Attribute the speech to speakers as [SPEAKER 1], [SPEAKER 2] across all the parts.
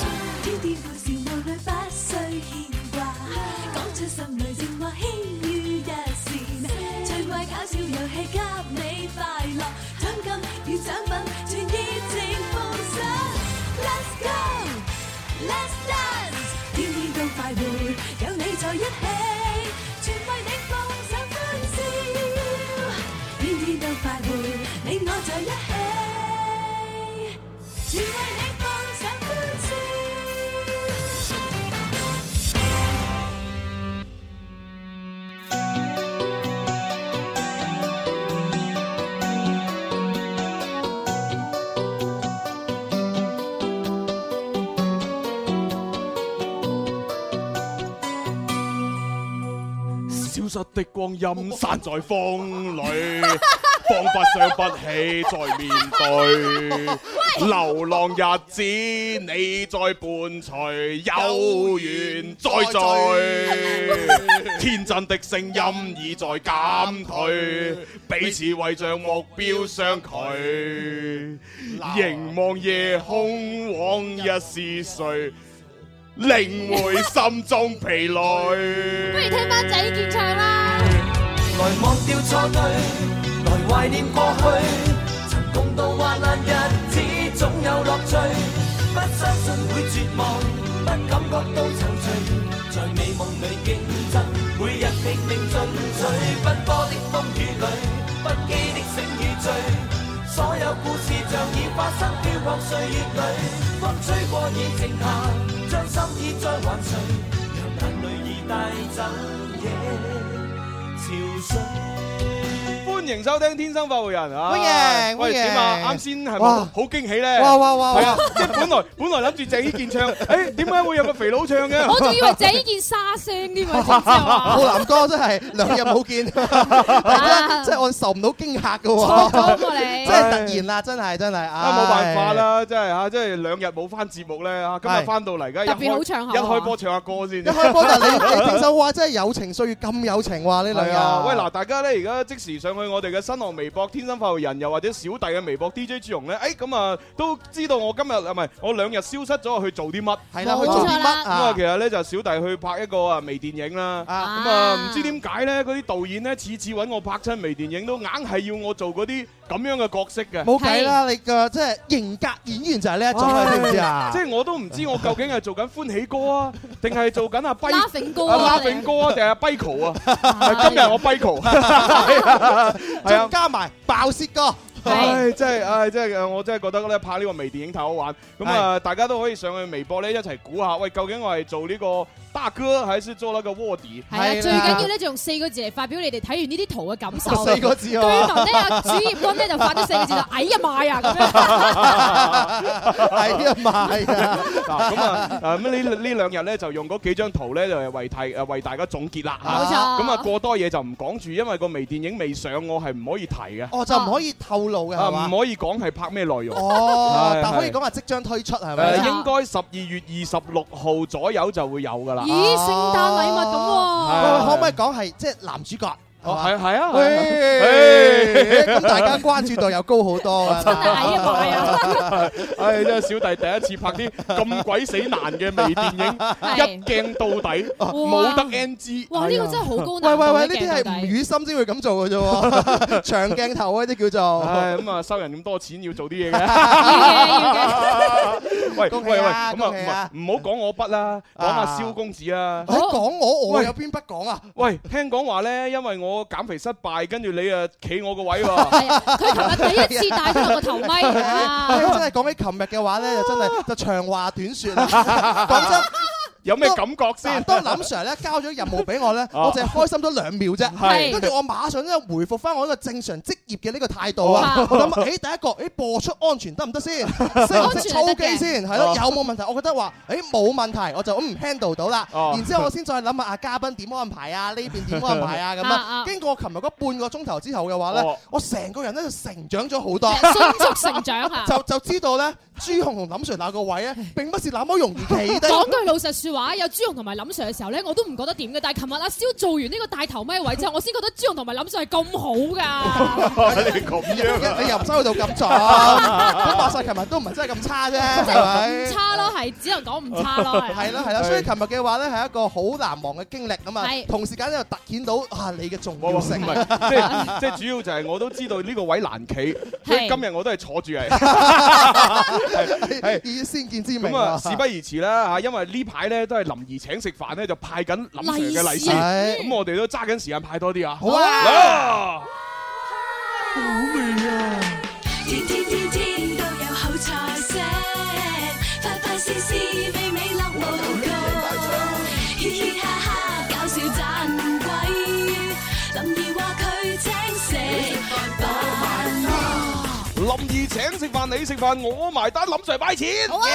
[SPEAKER 1] 啲歡笑，無慮不需牽掛，講出心裏情話，輕於一線。趣怪搞笑遊戲，給你快樂，獎金與獎品，全熱情奉上。Let's go，Let's dance，天天都快活，有你在一起，全為你放上歡笑。天天都快活，你我在一起。全為你放上歡笑。
[SPEAKER 2] 消失的光陰散在 風裏，彷彿想不起再面對。流浪日子，你在伴隨，有緣再聚。 天真的聲音已在減退，彼此為着目標相距。凝望夜空，往日是誰？領會心中疲累。
[SPEAKER 3] 不如聽翻鄭伊健唱啦。
[SPEAKER 4] 來忘掉錯對，來懷念過去。曾共度患難日子，總有樂趣。不相信會絕望，不感覺到愁緒。在美夢裏競爭，每日拼命進取。奔波的風雨裏，不羈的醒與醉。所有故事像已發生，飄泊歲月裏。風吹過已靜下，將心意再還誰？讓眼淚已帶走夜。
[SPEAKER 2] 歡迎收聽《天生發育人》啊！
[SPEAKER 5] 歡迎
[SPEAKER 2] 喂
[SPEAKER 5] 歡迎
[SPEAKER 2] 點啊？啱先係咪
[SPEAKER 5] 哇
[SPEAKER 2] 好好驚喜咧！
[SPEAKER 5] 哇哇哇
[SPEAKER 2] 係啊！即係本來 本來諗住鄭伊 健唱，誒點解會有個肥佬唱嘅？
[SPEAKER 3] 我仲以為鄭伊健沙聲添啊，知唔知啊？
[SPEAKER 5] 浩南哥真係兩日 冇見，
[SPEAKER 3] 啊
[SPEAKER 5] 真係我受唔到驚嚇嘅
[SPEAKER 3] 錯
[SPEAKER 5] 喎，
[SPEAKER 3] 咗喎
[SPEAKER 5] 真
[SPEAKER 3] 啊你。
[SPEAKER 5] 係突然啦，真係真係
[SPEAKER 2] 啊
[SPEAKER 5] 啊
[SPEAKER 2] 冇辦法，啦，真係嚇，即係兩日冇翻節目咧啊！今日
[SPEAKER 5] 係
[SPEAKER 2] 翻到嚟，而家一
[SPEAKER 3] 特別好
[SPEAKER 2] 開
[SPEAKER 3] 唱口
[SPEAKER 2] 一
[SPEAKER 3] 啊
[SPEAKER 2] 開波唱下歌先
[SPEAKER 5] 一。開波就你你聽首話真係友情歲月咁友情喎呢
[SPEAKER 2] 係
[SPEAKER 5] 兩
[SPEAKER 2] 啊！
[SPEAKER 5] 啊，
[SPEAKER 2] 喂嗱，大家咧而家即時上去我哋嘅新浪微博《天生發育人》，又或者小弟嘅微博 DJ 朱容咧，誒咁啊都知道我今日啊唔係我兩日消失咗去做啲乜。
[SPEAKER 5] 係啦，
[SPEAKER 3] 冇
[SPEAKER 5] 去做啲
[SPEAKER 3] 錯啦
[SPEAKER 5] 乜
[SPEAKER 2] 咁啊，
[SPEAKER 5] 啊
[SPEAKER 2] 其？實咧就小弟去拍一個啊微電影啦。
[SPEAKER 5] 啊，
[SPEAKER 2] 咁啊，唔知點解咧，嗰啲導演咧次次揾我拍親微電影，都硬係要我做嗰啲咁樣嘅角色嘅。
[SPEAKER 5] 冇計啦，你個即係型格演員就係呢一種啦，
[SPEAKER 2] 唉
[SPEAKER 5] 知唔知 啊
[SPEAKER 2] 即？係我都唔知我究竟係做緊歡喜哥 啊，定係做緊阿跛
[SPEAKER 3] 拉揈哥
[SPEAKER 2] 啊
[SPEAKER 3] 啊，
[SPEAKER 2] 拉炳哥啊，定係阿跛球啊？ 今日我跛球，係 啊係
[SPEAKER 5] 仲
[SPEAKER 2] 啊。
[SPEAKER 5] 加埋爆泄歌，
[SPEAKER 3] 係
[SPEAKER 2] 唉，真係唉，真係我真係覺得咧拍呢個微電影太好玩。咁啊，大家都可以上去微博咧一齊估下，喂，究竟我係做呢個大哥，還是做那個臥 底？
[SPEAKER 3] 係啊，
[SPEAKER 5] 係啦
[SPEAKER 3] 最緊要咧就用四個字嚟發表你哋睇完呢啲圖嘅感 受。
[SPEAKER 5] 四個字
[SPEAKER 3] 居
[SPEAKER 5] 啊！
[SPEAKER 3] 民咧，阿主葉君咧就發咗四個字就哎呀媽呀咁樣，
[SPEAKER 5] 係啊，咪啊，
[SPEAKER 2] 嗱咁啊，誒咁呢呢兩日咧就用嗰幾張圖咧就係為題誒為大家總結啦
[SPEAKER 3] 冇
[SPEAKER 2] 嚇。
[SPEAKER 3] 錯。
[SPEAKER 2] 咁啊過多嘢就唔講住，因為個微電影未上，我係唔可以提嘅，
[SPEAKER 5] 我哦就唔可以透露嘅係
[SPEAKER 2] 啊
[SPEAKER 5] 嘛
[SPEAKER 2] 唔？可以講係拍咩內容。
[SPEAKER 5] 哦
[SPEAKER 2] 係，
[SPEAKER 5] 但可以
[SPEAKER 2] 係
[SPEAKER 5] 講話即將推出係
[SPEAKER 2] 誒
[SPEAKER 5] 咪？
[SPEAKER 3] 係
[SPEAKER 2] 應該十二月二十六號左右就會有㗎啦。
[SPEAKER 3] 咦，聖誕禮物
[SPEAKER 2] 係
[SPEAKER 3] 咁
[SPEAKER 2] 啊
[SPEAKER 5] 喂
[SPEAKER 3] 喎。
[SPEAKER 5] 可唔可以講係即係男主角？
[SPEAKER 2] 哦，
[SPEAKER 5] 嘛
[SPEAKER 2] 係係啊 係啊。
[SPEAKER 5] 喂咁大家關注度又高好多 啊！
[SPEAKER 3] 真係哎呀媽呀！
[SPEAKER 2] 唉，真係小弟第一次拍啲咁鬼死難嘅微電影，一
[SPEAKER 3] 係
[SPEAKER 2] 鏡到底，冇得 NG。
[SPEAKER 3] 哇，呢個真係好高
[SPEAKER 5] 喂
[SPEAKER 3] 難度
[SPEAKER 5] 喂
[SPEAKER 3] 嘅
[SPEAKER 5] 喂，呢啲
[SPEAKER 3] 鏡頭
[SPEAKER 5] 係吳
[SPEAKER 3] 底
[SPEAKER 5] 宇森先會咁做 嘅啫喎，長鏡頭嗰啲叫做。
[SPEAKER 2] 唉，咁啊，收人咁多錢要做啲嘢嘅。
[SPEAKER 3] 要嘅要嘅。
[SPEAKER 2] 喂
[SPEAKER 5] 恭喜
[SPEAKER 2] 喂喂，
[SPEAKER 5] 啊
[SPEAKER 2] 咁
[SPEAKER 5] 恭喜
[SPEAKER 2] 啊
[SPEAKER 5] 啊
[SPEAKER 2] 唔唔好講我筆啦，講下
[SPEAKER 5] 啊
[SPEAKER 2] 蕭公子啊。
[SPEAKER 5] 你講我，我
[SPEAKER 2] 喂
[SPEAKER 5] 有邊不講啊？
[SPEAKER 2] 喂，聽講話咧，因為我減肥失敗，跟住你啊企我個位喎。
[SPEAKER 3] 係啊佢琴日第一次戴咗落個頭咪
[SPEAKER 5] 真
[SPEAKER 3] 啊！
[SPEAKER 5] 係講起琴日 嘅話咧，就真係就長話短説啦。講真。
[SPEAKER 2] 有咩感覺先
[SPEAKER 5] 嗱，？當林 Sir 咧交咗任務俾我咧，
[SPEAKER 2] 啊
[SPEAKER 5] 我淨係開心咗兩秒
[SPEAKER 2] 係
[SPEAKER 5] 啫，跟住我馬上咧回復翻我一個正常職業嘅呢個態度啊
[SPEAKER 3] 哇！
[SPEAKER 5] 我諗，誒第一個，誒播出安全得唔得 先？識唔識操機先？係
[SPEAKER 2] 哦
[SPEAKER 5] 咯，有冇問題？我覺得話，誒冇問題，我就嗯 handle 到啦。
[SPEAKER 2] 哦
[SPEAKER 5] 然之後我先再諗下啊，嘉賓點安排啊，呢邊點安排 啊咁
[SPEAKER 3] 啊啊
[SPEAKER 5] 啊。經過琴日嗰半個鐘頭之後嘅話
[SPEAKER 2] 哦
[SPEAKER 5] 咧，我成個人咧就成長咗 好多。
[SPEAKER 3] 迅速成長啊！
[SPEAKER 5] 就就知道咧，朱紅同林 Sir 那個位咧，啊並不是那麼容易 企低。
[SPEAKER 3] 講句老實説話，有朱紅同埋林 Sir 嘅時候咧，我都唔覺得點嘅。但係琴日阿蕭做完呢個大頭咪位之後，我先覺得朱紅同埋林 Sir 係咁好㗎，
[SPEAKER 5] 哦
[SPEAKER 2] 你咁樣啊
[SPEAKER 5] 你又唔使去到咁盡，咁話晒琴日都唔係真係咁差啫，係
[SPEAKER 3] 即係唔
[SPEAKER 5] 咪？
[SPEAKER 3] 差咯，係係只能講唔差咯。
[SPEAKER 5] 係啦係啦，所以琴日嘅話咧係一個好難忘嘅經歷啊嘛
[SPEAKER 3] 係，
[SPEAKER 5] 同時間又突顯到啊你嘅重
[SPEAKER 2] 冇
[SPEAKER 5] 要
[SPEAKER 2] 冇
[SPEAKER 5] 性
[SPEAKER 2] 唔。係，即係即係主要就係我都知道呢個位難企，所以
[SPEAKER 3] 係
[SPEAKER 2] 今日我都係坐住嚟。係
[SPEAKER 5] 以先見之 明
[SPEAKER 2] 咁啊，
[SPEAKER 5] 啊！
[SPEAKER 2] 事不宜遲啦嚇，因為呢排咧都係林兒請食飯咧，就派緊林 Sir 嘅利
[SPEAKER 3] 利
[SPEAKER 2] 是，
[SPEAKER 3] 是
[SPEAKER 5] 係
[SPEAKER 2] 咁我哋都揸緊時間派多啲啊！
[SPEAKER 5] 好啊
[SPEAKER 2] 嚟啊！
[SPEAKER 1] 天天天天都有好菜色，快快事事美美樂無窮，嘻嘻哈哈搞笑盞鬼，林兒話佢請食飯咯。
[SPEAKER 2] 林兒請食飯，你食飯，我埋單，林 Sir 擺錢。好啊！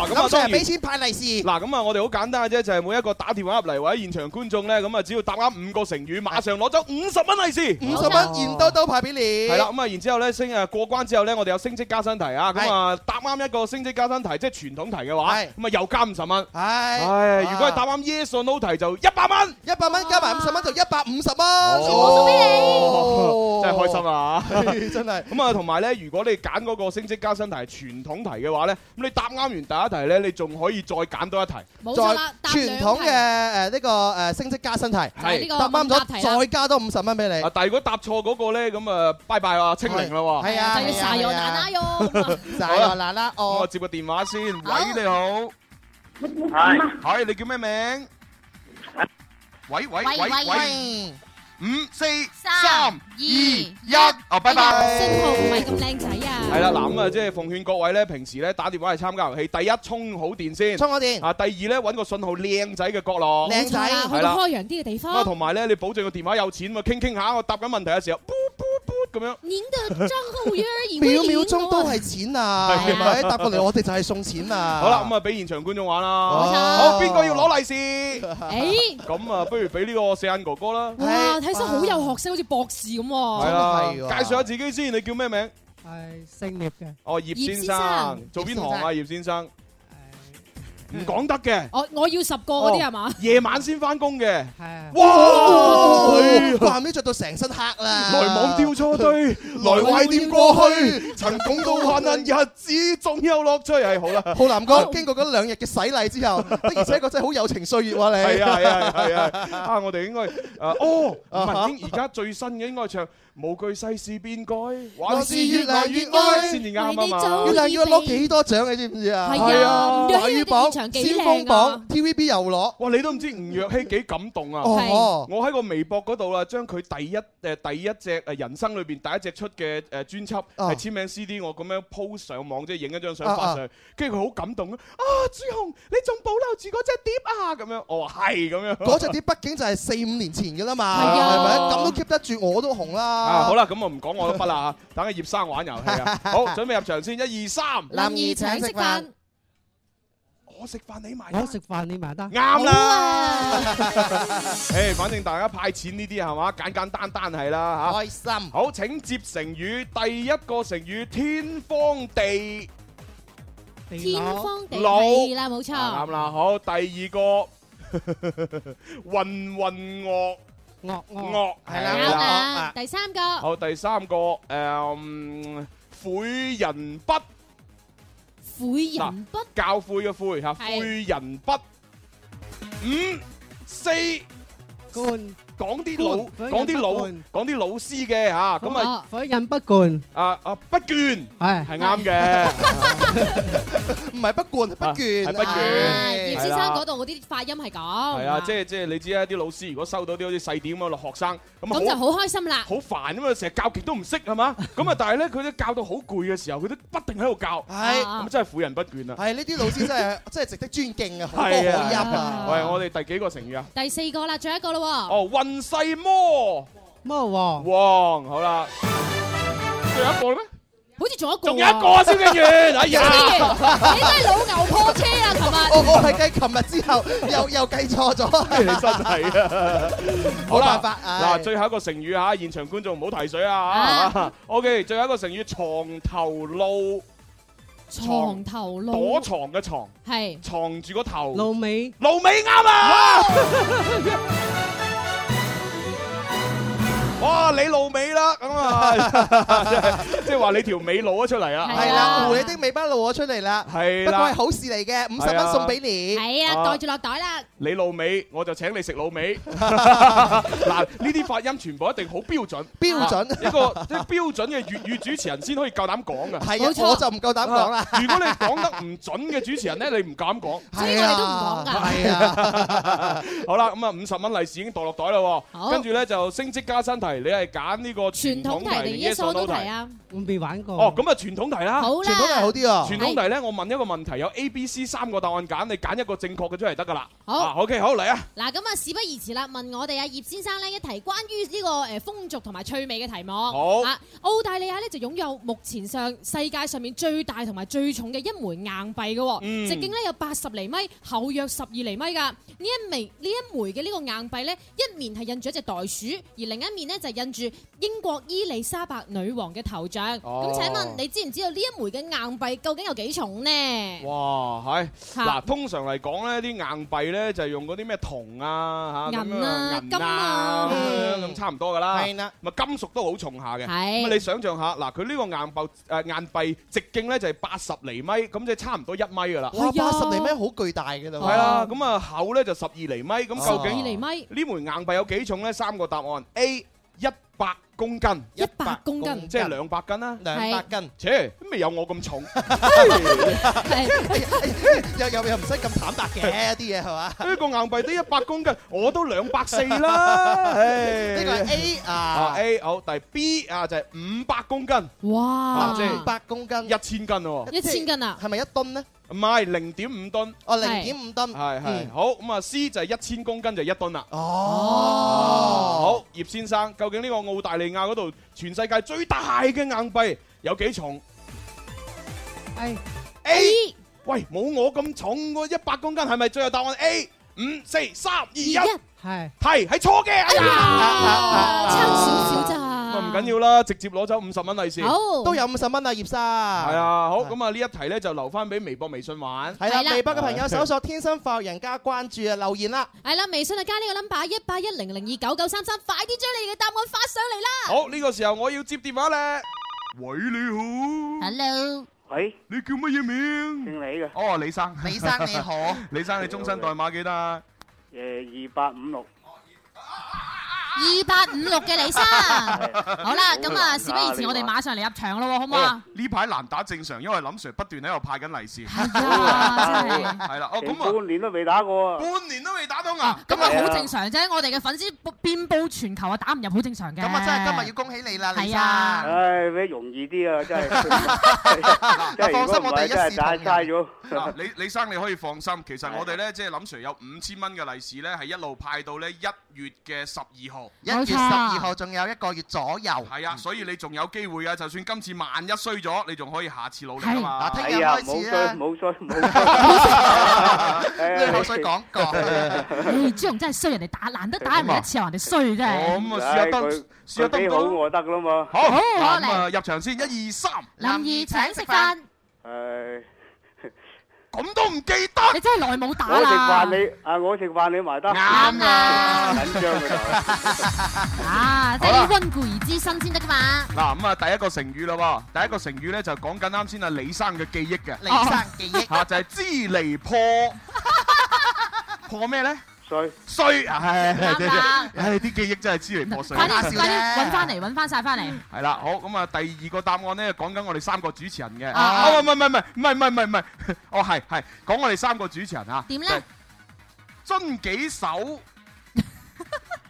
[SPEAKER 2] 咁啊，
[SPEAKER 5] 咁就
[SPEAKER 2] 當
[SPEAKER 5] 係俾
[SPEAKER 2] 然。
[SPEAKER 5] 錢派利是。
[SPEAKER 2] 嗱咁啊，我哋好簡單嘅啫，就係每一個打電話入嚟或者現場觀眾咧，咁啊只要答啱五個成語，馬上攞走五十蚊利是。
[SPEAKER 5] 五十蚊現兜兜派俾你，
[SPEAKER 2] 係啦，，咁啊，然之後咧升誒過關之後咧，我哋有升職加薪題啊，咁啊答啱一個升職加薪題，即係傳統題嘅話，
[SPEAKER 5] 係
[SPEAKER 2] 咁啊又加五十蚊。
[SPEAKER 5] 唉，
[SPEAKER 2] 唉，如果係答
[SPEAKER 5] 啊
[SPEAKER 2] 啱 yes or no 題就一百蚊，
[SPEAKER 5] 一百蚊加埋五十蚊就一百五十蚊，
[SPEAKER 2] 哦 真係開心啊！
[SPEAKER 5] 心啊！ 真係
[SPEAKER 2] 咁啊，同埋咧，如果你揀嗰個升職加薪題傳統題嘅話咧，咁你答啱完第一題咧，你仲可以再揀多一題。
[SPEAKER 3] 冇錯啦，
[SPEAKER 5] 再
[SPEAKER 3] 答
[SPEAKER 5] 傳
[SPEAKER 3] 兩
[SPEAKER 5] 統
[SPEAKER 3] 題
[SPEAKER 5] 嘅誒呢個誒升職加薪題，
[SPEAKER 3] 就係呢個
[SPEAKER 5] 答啱
[SPEAKER 3] 問答題
[SPEAKER 5] 咗
[SPEAKER 3] 啦
[SPEAKER 5] 再加多五十蚊俾你
[SPEAKER 2] 啊，，但係如果答錯嗰個咧，咁啊，拜拜啊，清零啦喎。
[SPEAKER 5] 係啊，
[SPEAKER 3] 就要晒我奶奶哟。咁啊
[SPEAKER 5] 曬我奶奶
[SPEAKER 2] 咁我
[SPEAKER 5] 哦，
[SPEAKER 2] 接個電話先。喂，你好。
[SPEAKER 6] 係
[SPEAKER 2] 係，你叫咩名？喂喂
[SPEAKER 3] 喂
[SPEAKER 2] 喂
[SPEAKER 3] 喂
[SPEAKER 2] 喂，
[SPEAKER 5] 嗯
[SPEAKER 2] 五四三
[SPEAKER 3] 三
[SPEAKER 2] 二
[SPEAKER 3] 二
[SPEAKER 2] 一
[SPEAKER 3] 一，
[SPEAKER 2] 啊，
[SPEAKER 5] 哎
[SPEAKER 2] 拜拜。
[SPEAKER 3] 哎信號唔係咁靚仔啊。
[SPEAKER 2] 係啦，嗱咁啊，即係奉勸各位咧，平時咧打電話嚟參加遊戲，第一充好電先，
[SPEAKER 5] 充我電，
[SPEAKER 2] 啊，第二咧揾個信號靚仔嘅角落。
[SPEAKER 5] 靚
[SPEAKER 3] 冇錯
[SPEAKER 5] 仔
[SPEAKER 3] 啦去
[SPEAKER 2] 係啦
[SPEAKER 3] 到開揚啲嘅地
[SPEAKER 2] 咁啊，
[SPEAKER 3] 方。
[SPEAKER 2] 同埋咧，你保證個電話有錢嘛？傾傾下，我答緊問題嘅時候，噗噗噗咁樣。
[SPEAKER 3] 您的账號約已歸
[SPEAKER 5] 秒秒
[SPEAKER 3] 零
[SPEAKER 5] 鐘都
[SPEAKER 3] 喎
[SPEAKER 5] 係錢啊，
[SPEAKER 3] 係
[SPEAKER 5] 係
[SPEAKER 3] 啊
[SPEAKER 5] 咪？答過嚟我哋就係送錢哦啊！
[SPEAKER 2] 好啦，咁啊，俾現場觀眾玩啦。
[SPEAKER 3] 錯
[SPEAKER 2] 好，邊個要？攞利是？
[SPEAKER 3] 誒，
[SPEAKER 2] 哦 咁啊，不如俾呢個四眼哥哥啦。
[SPEAKER 3] 哎
[SPEAKER 5] 哎
[SPEAKER 3] 哇，睇起身好有學識，好似博士咁
[SPEAKER 2] 哦係
[SPEAKER 3] 喎。
[SPEAKER 2] 啦，介
[SPEAKER 5] 真係喎
[SPEAKER 2] 紹下自己先，你叫咩名？
[SPEAKER 7] 係姓葉嘅，
[SPEAKER 2] 哦，葉先
[SPEAKER 3] 葉先生
[SPEAKER 2] 生，做邊行啊？葉先生，唔講得嘅，
[SPEAKER 5] 哦
[SPEAKER 3] 我我要十個嗰啲係嘛？
[SPEAKER 2] 夜晚先翻工嘅。
[SPEAKER 7] 係啊
[SPEAKER 5] 哦
[SPEAKER 2] 哇！
[SPEAKER 3] 哦
[SPEAKER 5] 哇！咩着到成身黑啦，
[SPEAKER 2] 來網掉錯對，來懷念過去，曾共度患難日子，仲有樂趣。係好啦，
[SPEAKER 5] 浩南哥經過嗰兩日嘅洗禮之後，的而且確真係好友情歲月喎你。
[SPEAKER 2] 係啊係啊係啊係啊！啊，我哋應該誒哦，唔係應而家最新嘅應該唱無懼世事變改，還是越來越愛先至啱啊
[SPEAKER 5] 要
[SPEAKER 2] 嘛
[SPEAKER 3] 為你。
[SPEAKER 5] 兩要攞幾多獎你知唔知啊？
[SPEAKER 3] 係
[SPEAKER 2] 啊
[SPEAKER 5] 係華語
[SPEAKER 3] 唔知佢哋
[SPEAKER 5] 榜、
[SPEAKER 3] 現場幾
[SPEAKER 5] 先
[SPEAKER 3] 靚
[SPEAKER 5] 鋒
[SPEAKER 3] 啊
[SPEAKER 5] 榜、TVB 又攞。
[SPEAKER 2] 哇！你都唔知吳若希幾感動啊！
[SPEAKER 3] 係
[SPEAKER 5] 哦，
[SPEAKER 2] 我喺個微博嗰度啦，將佢第一誒第一隻誒人生裏邊第一隻出嘅誒專輯
[SPEAKER 5] 啊
[SPEAKER 2] 係簽名 CD，我咁樣 po 上網，即係影一張相
[SPEAKER 5] 啊
[SPEAKER 2] 發上去，跟住佢好感動啊！啊，朱紅，你仲保留住嗰隻碟啊？咁樣，我話係咁樣。
[SPEAKER 5] 嗰隻碟畢竟就係四五年前嘅啦嘛，
[SPEAKER 3] 係啊
[SPEAKER 5] 係咪？咁都 keep 得住，我都紅
[SPEAKER 2] 啊，
[SPEAKER 5] 啦
[SPEAKER 2] 好。啦，咁我唔講我都不啦嚇，等阿葉生玩遊戲啊！好，準備入場先，一二三，
[SPEAKER 5] 男兒請食飯，
[SPEAKER 2] 我食飯你埋單
[SPEAKER 7] 我食飯你埋單，
[SPEAKER 2] 啱
[SPEAKER 3] 好
[SPEAKER 2] 啦！
[SPEAKER 3] 啊！
[SPEAKER 2] 誒，反正大家派錢呢啲係嘛，簡簡單單係啦嚇。
[SPEAKER 5] 開心，
[SPEAKER 2] 好，請接成語，第一個成語天荒地。
[SPEAKER 7] 地
[SPEAKER 3] 天
[SPEAKER 7] 佬
[SPEAKER 3] 荒地
[SPEAKER 2] 老
[SPEAKER 3] 係啦，冇
[SPEAKER 2] 啊
[SPEAKER 3] 錯
[SPEAKER 2] 啱。啦，好，第二個 混混噩
[SPEAKER 7] 惡惡
[SPEAKER 2] 噩
[SPEAKER 5] 係啦
[SPEAKER 3] 啱
[SPEAKER 5] 啱啦
[SPEAKER 3] 啦，第三個
[SPEAKER 2] 好，第三個誒，嗯诲人不
[SPEAKER 3] 婦人不
[SPEAKER 2] 教誨嘅誨嚇，
[SPEAKER 3] 係
[SPEAKER 2] 诲人不五四
[SPEAKER 7] 冠，
[SPEAKER 2] 講啲老
[SPEAKER 7] 官
[SPEAKER 2] 講啲老
[SPEAKER 7] 诲人
[SPEAKER 2] 講啲老師嘅嚇，咁啊
[SPEAKER 3] 哦
[SPEAKER 7] 婦人不冠，
[SPEAKER 2] 啊啊不倦
[SPEAKER 7] 係
[SPEAKER 2] 係啱嘅，
[SPEAKER 5] 唔係不冠，不倦，
[SPEAKER 2] 係不倦
[SPEAKER 3] 啊
[SPEAKER 5] 係
[SPEAKER 3] 葉先生嗰度嗰啲發音係咁，
[SPEAKER 2] 係啊，即係即係你知啦，啲老師如果收到啲好似細點咁嘅學生，
[SPEAKER 3] 咁
[SPEAKER 2] 咁
[SPEAKER 3] 就
[SPEAKER 2] 啊好。
[SPEAKER 3] 好開心啦。
[SPEAKER 2] 好煩啊嘛，成日教極都唔識係 嘛，咁啊但係咧佢都教到好攰嘅時候，佢都不定喺度教，
[SPEAKER 5] 係
[SPEAKER 3] 啊
[SPEAKER 2] 咁真係婦人不倦啊！
[SPEAKER 5] 係呢啲老師真係真係值得尊敬啊，好多可
[SPEAKER 2] 係
[SPEAKER 5] 泣
[SPEAKER 2] 啊
[SPEAKER 5] 啊！
[SPEAKER 2] 喂，我哋第幾個成語啊？
[SPEAKER 3] 第四個啦，最後一個咯喎。
[SPEAKER 2] 哦，運勢魔
[SPEAKER 7] 魔王
[SPEAKER 2] 王，好啦，仲有一個咧咩？
[SPEAKER 3] 好似仲有一個，
[SPEAKER 2] 仲有一個啊，蕭敬元，哎
[SPEAKER 3] 蕭敬
[SPEAKER 2] 呀！
[SPEAKER 3] 元，你真係老牛破車啊！
[SPEAKER 5] 我
[SPEAKER 3] 琴
[SPEAKER 5] 我係計琴日 之後又又計錯
[SPEAKER 2] 你真
[SPEAKER 5] 咗，
[SPEAKER 2] 係啊！好
[SPEAKER 5] 冇辦
[SPEAKER 2] 啦，
[SPEAKER 5] 法唉
[SPEAKER 2] 嗱，最後一個成語嚇，現場觀眾唔好提水啊
[SPEAKER 3] 啊
[SPEAKER 2] ！OK，最後一個成語，床頭露，
[SPEAKER 3] 日床頭
[SPEAKER 2] 躲
[SPEAKER 3] 露
[SPEAKER 2] 藏嘅床，
[SPEAKER 3] 係
[SPEAKER 2] 藏住個頭，
[SPEAKER 7] 老尾
[SPEAKER 2] 露尾啱啊！哇，你露尾啦，咁啊， 真係即係話你條尾露咗出嚟啊，
[SPEAKER 3] 係啊
[SPEAKER 5] 係啦，狐狸的尾巴露咗出嚟啦。
[SPEAKER 2] 係啦，
[SPEAKER 5] 不過係好事嚟嘅，50
[SPEAKER 2] 係啊。
[SPEAKER 5] 蚊送俾你。
[SPEAKER 3] 系啊，袋住落袋啦。
[SPEAKER 2] 你露尾，我就請你食老尾。 嗱，呢啲發音全部一定好標準，
[SPEAKER 5] 標準。
[SPEAKER 2] 啊 一個即係標準嘅粵語主持人先可以夠膽講㗎。
[SPEAKER 5] 係啊，
[SPEAKER 3] 冇錯。
[SPEAKER 2] Ờ.
[SPEAKER 5] 我就唔夠膽講啦。
[SPEAKER 2] 如果你講得唔準嘅主持人咧，你唔敢 講。
[SPEAKER 5] à.
[SPEAKER 3] 所以我哋都唔講㗎。
[SPEAKER 5] 係啊。
[SPEAKER 2] 好啦，咁啊五十蚊利是已經袋落袋啦喎，
[SPEAKER 3] 好
[SPEAKER 2] 跟住咧就升職加薪題，你係揀呢個
[SPEAKER 3] 傳
[SPEAKER 2] 傳
[SPEAKER 3] 統
[SPEAKER 2] 統
[SPEAKER 3] 題
[SPEAKER 2] 題
[SPEAKER 3] 定
[SPEAKER 2] 定 yes
[SPEAKER 3] yes or
[SPEAKER 2] or
[SPEAKER 3] no
[SPEAKER 2] no
[SPEAKER 3] 題
[SPEAKER 2] 題？
[SPEAKER 3] 啊？
[SPEAKER 7] 我未玩過。
[SPEAKER 2] 哦，咁啊傳統題啦。
[SPEAKER 3] 好啦，
[SPEAKER 5] 傳統係好啲啊。
[SPEAKER 2] 傳統題咧，我問一個問題，有 A、B、C 三個答案揀，你揀一個正確嘅出嚟得㗎啦。
[SPEAKER 3] 好
[SPEAKER 2] 啊，OK，好嚟啊！
[SPEAKER 3] 嗱，咁啊，事不宜遲啦，問我哋啊葉先生呢一題關於呢個誒風俗同埋趣味嘅題目。
[SPEAKER 2] 好
[SPEAKER 3] 啊，澳大利亞呢就擁有目前上世界上面最大同埋最重嘅一枚硬幣嘅喎，
[SPEAKER 2] 嗯
[SPEAKER 3] 直徑呢有八十厘米，厚約十二厘米㗎。呢一枚呢一枚嘅呢個硬幣呢，一面係印住一隻袋鼠，而另一面呢就印住英國伊麗莎白女王嘅頭像。咁、
[SPEAKER 2] 哦
[SPEAKER 3] 請問你知唔知道呢一枚嘅硬幣究竟有幾重呢？
[SPEAKER 2] 哇，係
[SPEAKER 3] 嚇
[SPEAKER 2] 嗱，通常嚟講咧，啲硬幣咧就係用嗰啲咩銅啊、嚇咁
[SPEAKER 3] 銀啊
[SPEAKER 2] 樣
[SPEAKER 3] 金
[SPEAKER 2] 銀
[SPEAKER 3] 啊
[SPEAKER 2] 啊咁樣
[SPEAKER 5] 嗯
[SPEAKER 2] 咁差唔多㗎啦。
[SPEAKER 5] 係啦。
[SPEAKER 2] 咪金屬都好重下嘅。
[SPEAKER 3] 係
[SPEAKER 2] 咁你想象下，嗱，佢呢個硬幣誒硬幣直徑咧就係八十厘米，咁即係差唔多一米㗎啦。
[SPEAKER 5] 哇，
[SPEAKER 3] 係啊。
[SPEAKER 5] 80厘米好巨大㗎啦喎。
[SPEAKER 2] 係啦，咁啊厚咧就十二厘米，咁
[SPEAKER 5] 哦
[SPEAKER 2] 究
[SPEAKER 3] 二
[SPEAKER 2] 竟
[SPEAKER 3] 厘 米。
[SPEAKER 2] 呢枚硬幣有幾重咧？三個答案：A 一百公斤，
[SPEAKER 3] 100公斤
[SPEAKER 2] 即係兩百斤啦。
[SPEAKER 5] 200斤。
[SPEAKER 2] 切，都未有我咁重，
[SPEAKER 3] 係
[SPEAKER 5] 又-又-又唔使咁坦白嘅，啲嘢係嘛？
[SPEAKER 2] 呢個硬幣得一百公斤，我都兩百四啦。呢
[SPEAKER 5] 呢個係 A 啊，
[SPEAKER 2] 啊 A 好，但係 B 啊就係五百公斤，
[SPEAKER 3] 哇
[SPEAKER 2] 啊！即係
[SPEAKER 5] 500公斤，
[SPEAKER 2] 一千斤喎，
[SPEAKER 3] 一千斤啊！
[SPEAKER 5] 係咪一噸呢？哦，
[SPEAKER 2] 唔係零點五噸，
[SPEAKER 3] 係。
[SPEAKER 5] 0.5
[SPEAKER 2] 係係
[SPEAKER 5] 嗯
[SPEAKER 2] 好咁啊 C 就係一千公斤就一噸啦。
[SPEAKER 5] 噸。哦。
[SPEAKER 2] 好，葉先生，究竟呢個澳大利亞嗰度全世界最大嘅硬幣有幾重
[SPEAKER 7] 哎，
[SPEAKER 2] ？A 喂，冇我咁重，我一百公斤係咪最後答案 A？五四三二一，係
[SPEAKER 7] 係。
[SPEAKER 2] 係錯嘅。哎呀，
[SPEAKER 3] 啊，差少少咋，
[SPEAKER 2] 咁啊唔緊要啦，直接攞走五十蚊利是。
[SPEAKER 3] 好
[SPEAKER 5] 都有50蚊啊，葉
[SPEAKER 2] 係
[SPEAKER 5] 生。
[SPEAKER 2] 啊，好咁啊，呢一題咧就留翻俾微博、微信玩。
[SPEAKER 5] 係啦，
[SPEAKER 3] 係啦。
[SPEAKER 5] 微博嘅朋友搜索天生快活人加關注啊，留言啦。
[SPEAKER 3] 係啦，微信啊加呢個 number 一八一零零二九九三三，快啲將你哋嘅答案發上嚟啦！
[SPEAKER 2] 好呢個時候我要接電話咧。喂，你好，
[SPEAKER 3] Hello，
[SPEAKER 6] 喂，
[SPEAKER 2] 你叫乜嘢名？
[SPEAKER 6] 姓李嘅，
[SPEAKER 2] 哦，李生，
[SPEAKER 5] 李生你好，
[SPEAKER 2] 李生，你終身代碼幾多啊？
[SPEAKER 6] 誒二八五六，
[SPEAKER 3] 二八五六嘅 李生，好啦，咁啊，事不宜遲，我哋馬上嚟入場咯，好唔好啊？
[SPEAKER 2] 呢排難打正常，因為林 Sir 不斷喺度派緊利 是。
[SPEAKER 3] 啊，真係。
[SPEAKER 2] 係啦，哦
[SPEAKER 6] 成
[SPEAKER 2] 咁啊，
[SPEAKER 6] 半年都未打過啊！
[SPEAKER 2] 半年都未打到 啊。
[SPEAKER 3] 咁啊，好正常啫。我哋嘅粉絲遍佈全球啊，打唔入好正常嘅。
[SPEAKER 5] 咁啊，真係今日要恭喜你啦，
[SPEAKER 3] 係啊。
[SPEAKER 6] à.
[SPEAKER 5] 李生。
[SPEAKER 6] 唉，咩容易啲啊，真係，真係
[SPEAKER 5] 放
[SPEAKER 6] 如
[SPEAKER 5] 心
[SPEAKER 6] 果唔
[SPEAKER 5] 我哋
[SPEAKER 6] 係
[SPEAKER 5] 一視
[SPEAKER 6] 真係打
[SPEAKER 5] 同仁
[SPEAKER 6] 嘥咗。
[SPEAKER 2] 嗱，李李生你可以放心，其實我哋咧即係林 Sir 有五千蚊嘅利是咧，係一路派到咧一月嘅十二號。
[SPEAKER 5] 1月
[SPEAKER 3] 冇錯。
[SPEAKER 5] 12號仲有一個月左右。
[SPEAKER 2] 係
[SPEAKER 6] 嗯
[SPEAKER 2] 啊，所以你仲有機會啊！就算今次萬一衰咗，你仲可以下次努力啊嘛。
[SPEAKER 5] 嗱，聽日
[SPEAKER 6] 哎呀，
[SPEAKER 5] 開始
[SPEAKER 6] 冇
[SPEAKER 5] 咧，
[SPEAKER 6] 衰冇衰冇衰，
[SPEAKER 5] 呢個口水講過。
[SPEAKER 3] 唉朱紅真係衰，人哋打難得打人哋一次，人哋衰真係。
[SPEAKER 2] 哦，咁啊，試下得，
[SPEAKER 6] 佢
[SPEAKER 2] 試下得
[SPEAKER 6] 佢
[SPEAKER 2] 唔
[SPEAKER 6] 幾
[SPEAKER 2] 得
[SPEAKER 6] 好
[SPEAKER 2] 啊？
[SPEAKER 6] 我得啦嘛，
[SPEAKER 2] 好，
[SPEAKER 3] 好
[SPEAKER 2] 嗱咁啊，入場先，一二三，
[SPEAKER 3] 林怡請食飯，
[SPEAKER 6] 誒，
[SPEAKER 2] 咁都唔記得，
[SPEAKER 3] 你真係耐冇打
[SPEAKER 6] 我食
[SPEAKER 3] 啦。
[SPEAKER 6] 飯你啊，我食飯你埋得，
[SPEAKER 2] 啱啊！
[SPEAKER 6] 緊張嘅。
[SPEAKER 3] 啊，即係要温故而知新先得噶嘛。
[SPEAKER 2] 嗱，咁啊，第一個成語啦喎，第一個成語咧就講緊啱先啊李生嘅記憶嘅，
[SPEAKER 5] 李生記憶。
[SPEAKER 2] 嚇就係支離破破咩咧？
[SPEAKER 6] 衰。
[SPEAKER 2] 衰，唉，
[SPEAKER 3] 啱啦
[SPEAKER 2] 唉，啲記憶真係支離破碎。
[SPEAKER 3] 快
[SPEAKER 5] 打笑
[SPEAKER 3] 啲
[SPEAKER 5] 啫
[SPEAKER 3] 快啲揾翻嚟，揾翻晒翻嚟。
[SPEAKER 2] 係啦，好咁啊，第二個答案咧講緊我哋三個主持人嘅。
[SPEAKER 3] 啊
[SPEAKER 2] 啊，唔係唔係唔係唔係唔係唔係，哦係係講我哋三個主持人啊。
[SPEAKER 3] 點咧？
[SPEAKER 2] 遵幾守？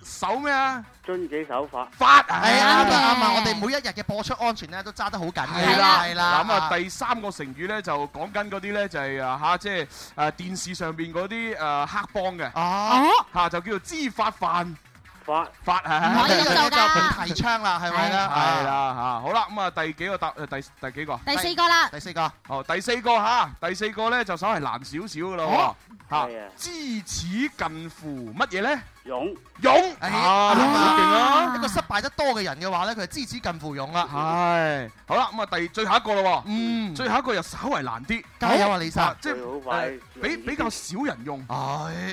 [SPEAKER 2] 守咩啊？
[SPEAKER 6] 遵紀守法，
[SPEAKER 2] 法係
[SPEAKER 5] 係啊，
[SPEAKER 3] 啱嘅。
[SPEAKER 5] dạ, 啱啊，啱啊，我哋每一日嘅播出安全呢，都揸得好緊嘅。
[SPEAKER 3] 係啦。
[SPEAKER 5] 係啦。
[SPEAKER 2] 嗱咁啊，第三個成語咧就講緊嗰啲咧就係啊嚇，即係誒電視上邊嗰啲誒黑幫嘅
[SPEAKER 5] 哦，
[SPEAKER 3] 哦，
[SPEAKER 2] 嚇，就叫做知法犯
[SPEAKER 6] 法
[SPEAKER 2] 法
[SPEAKER 5] 嗯
[SPEAKER 3] 唔可以
[SPEAKER 2] 係
[SPEAKER 3] 咁做㗎
[SPEAKER 5] 呢個就唔提倡啦，係咪啦？
[SPEAKER 2] 係啦嚇。好啦，咁啊第幾個答誒第第幾個？
[SPEAKER 3] 第四個啦，
[SPEAKER 5] 第四個。
[SPEAKER 2] 哦，第四個嚇，第四個咧就稍為難少少噶
[SPEAKER 5] 哦
[SPEAKER 2] 咯喎
[SPEAKER 6] 係啊
[SPEAKER 2] 嚇。知此近乎乜嘢咧？
[SPEAKER 6] 勇，
[SPEAKER 2] 勇
[SPEAKER 5] 哎
[SPEAKER 2] 啊，你好勁啊！
[SPEAKER 5] 一個失敗得多嘅人嘅話呢，佢係知恥近乎勇啦。
[SPEAKER 8] 啊
[SPEAKER 2] 係好啦，咁啊第最後一個咯喎。
[SPEAKER 5] 嗯，
[SPEAKER 2] 最後一個又稍為難啲，
[SPEAKER 5] 加油啊，李生。
[SPEAKER 2] 啊即
[SPEAKER 6] 最好快
[SPEAKER 2] 係誒比比較少人用
[SPEAKER 5] 哎，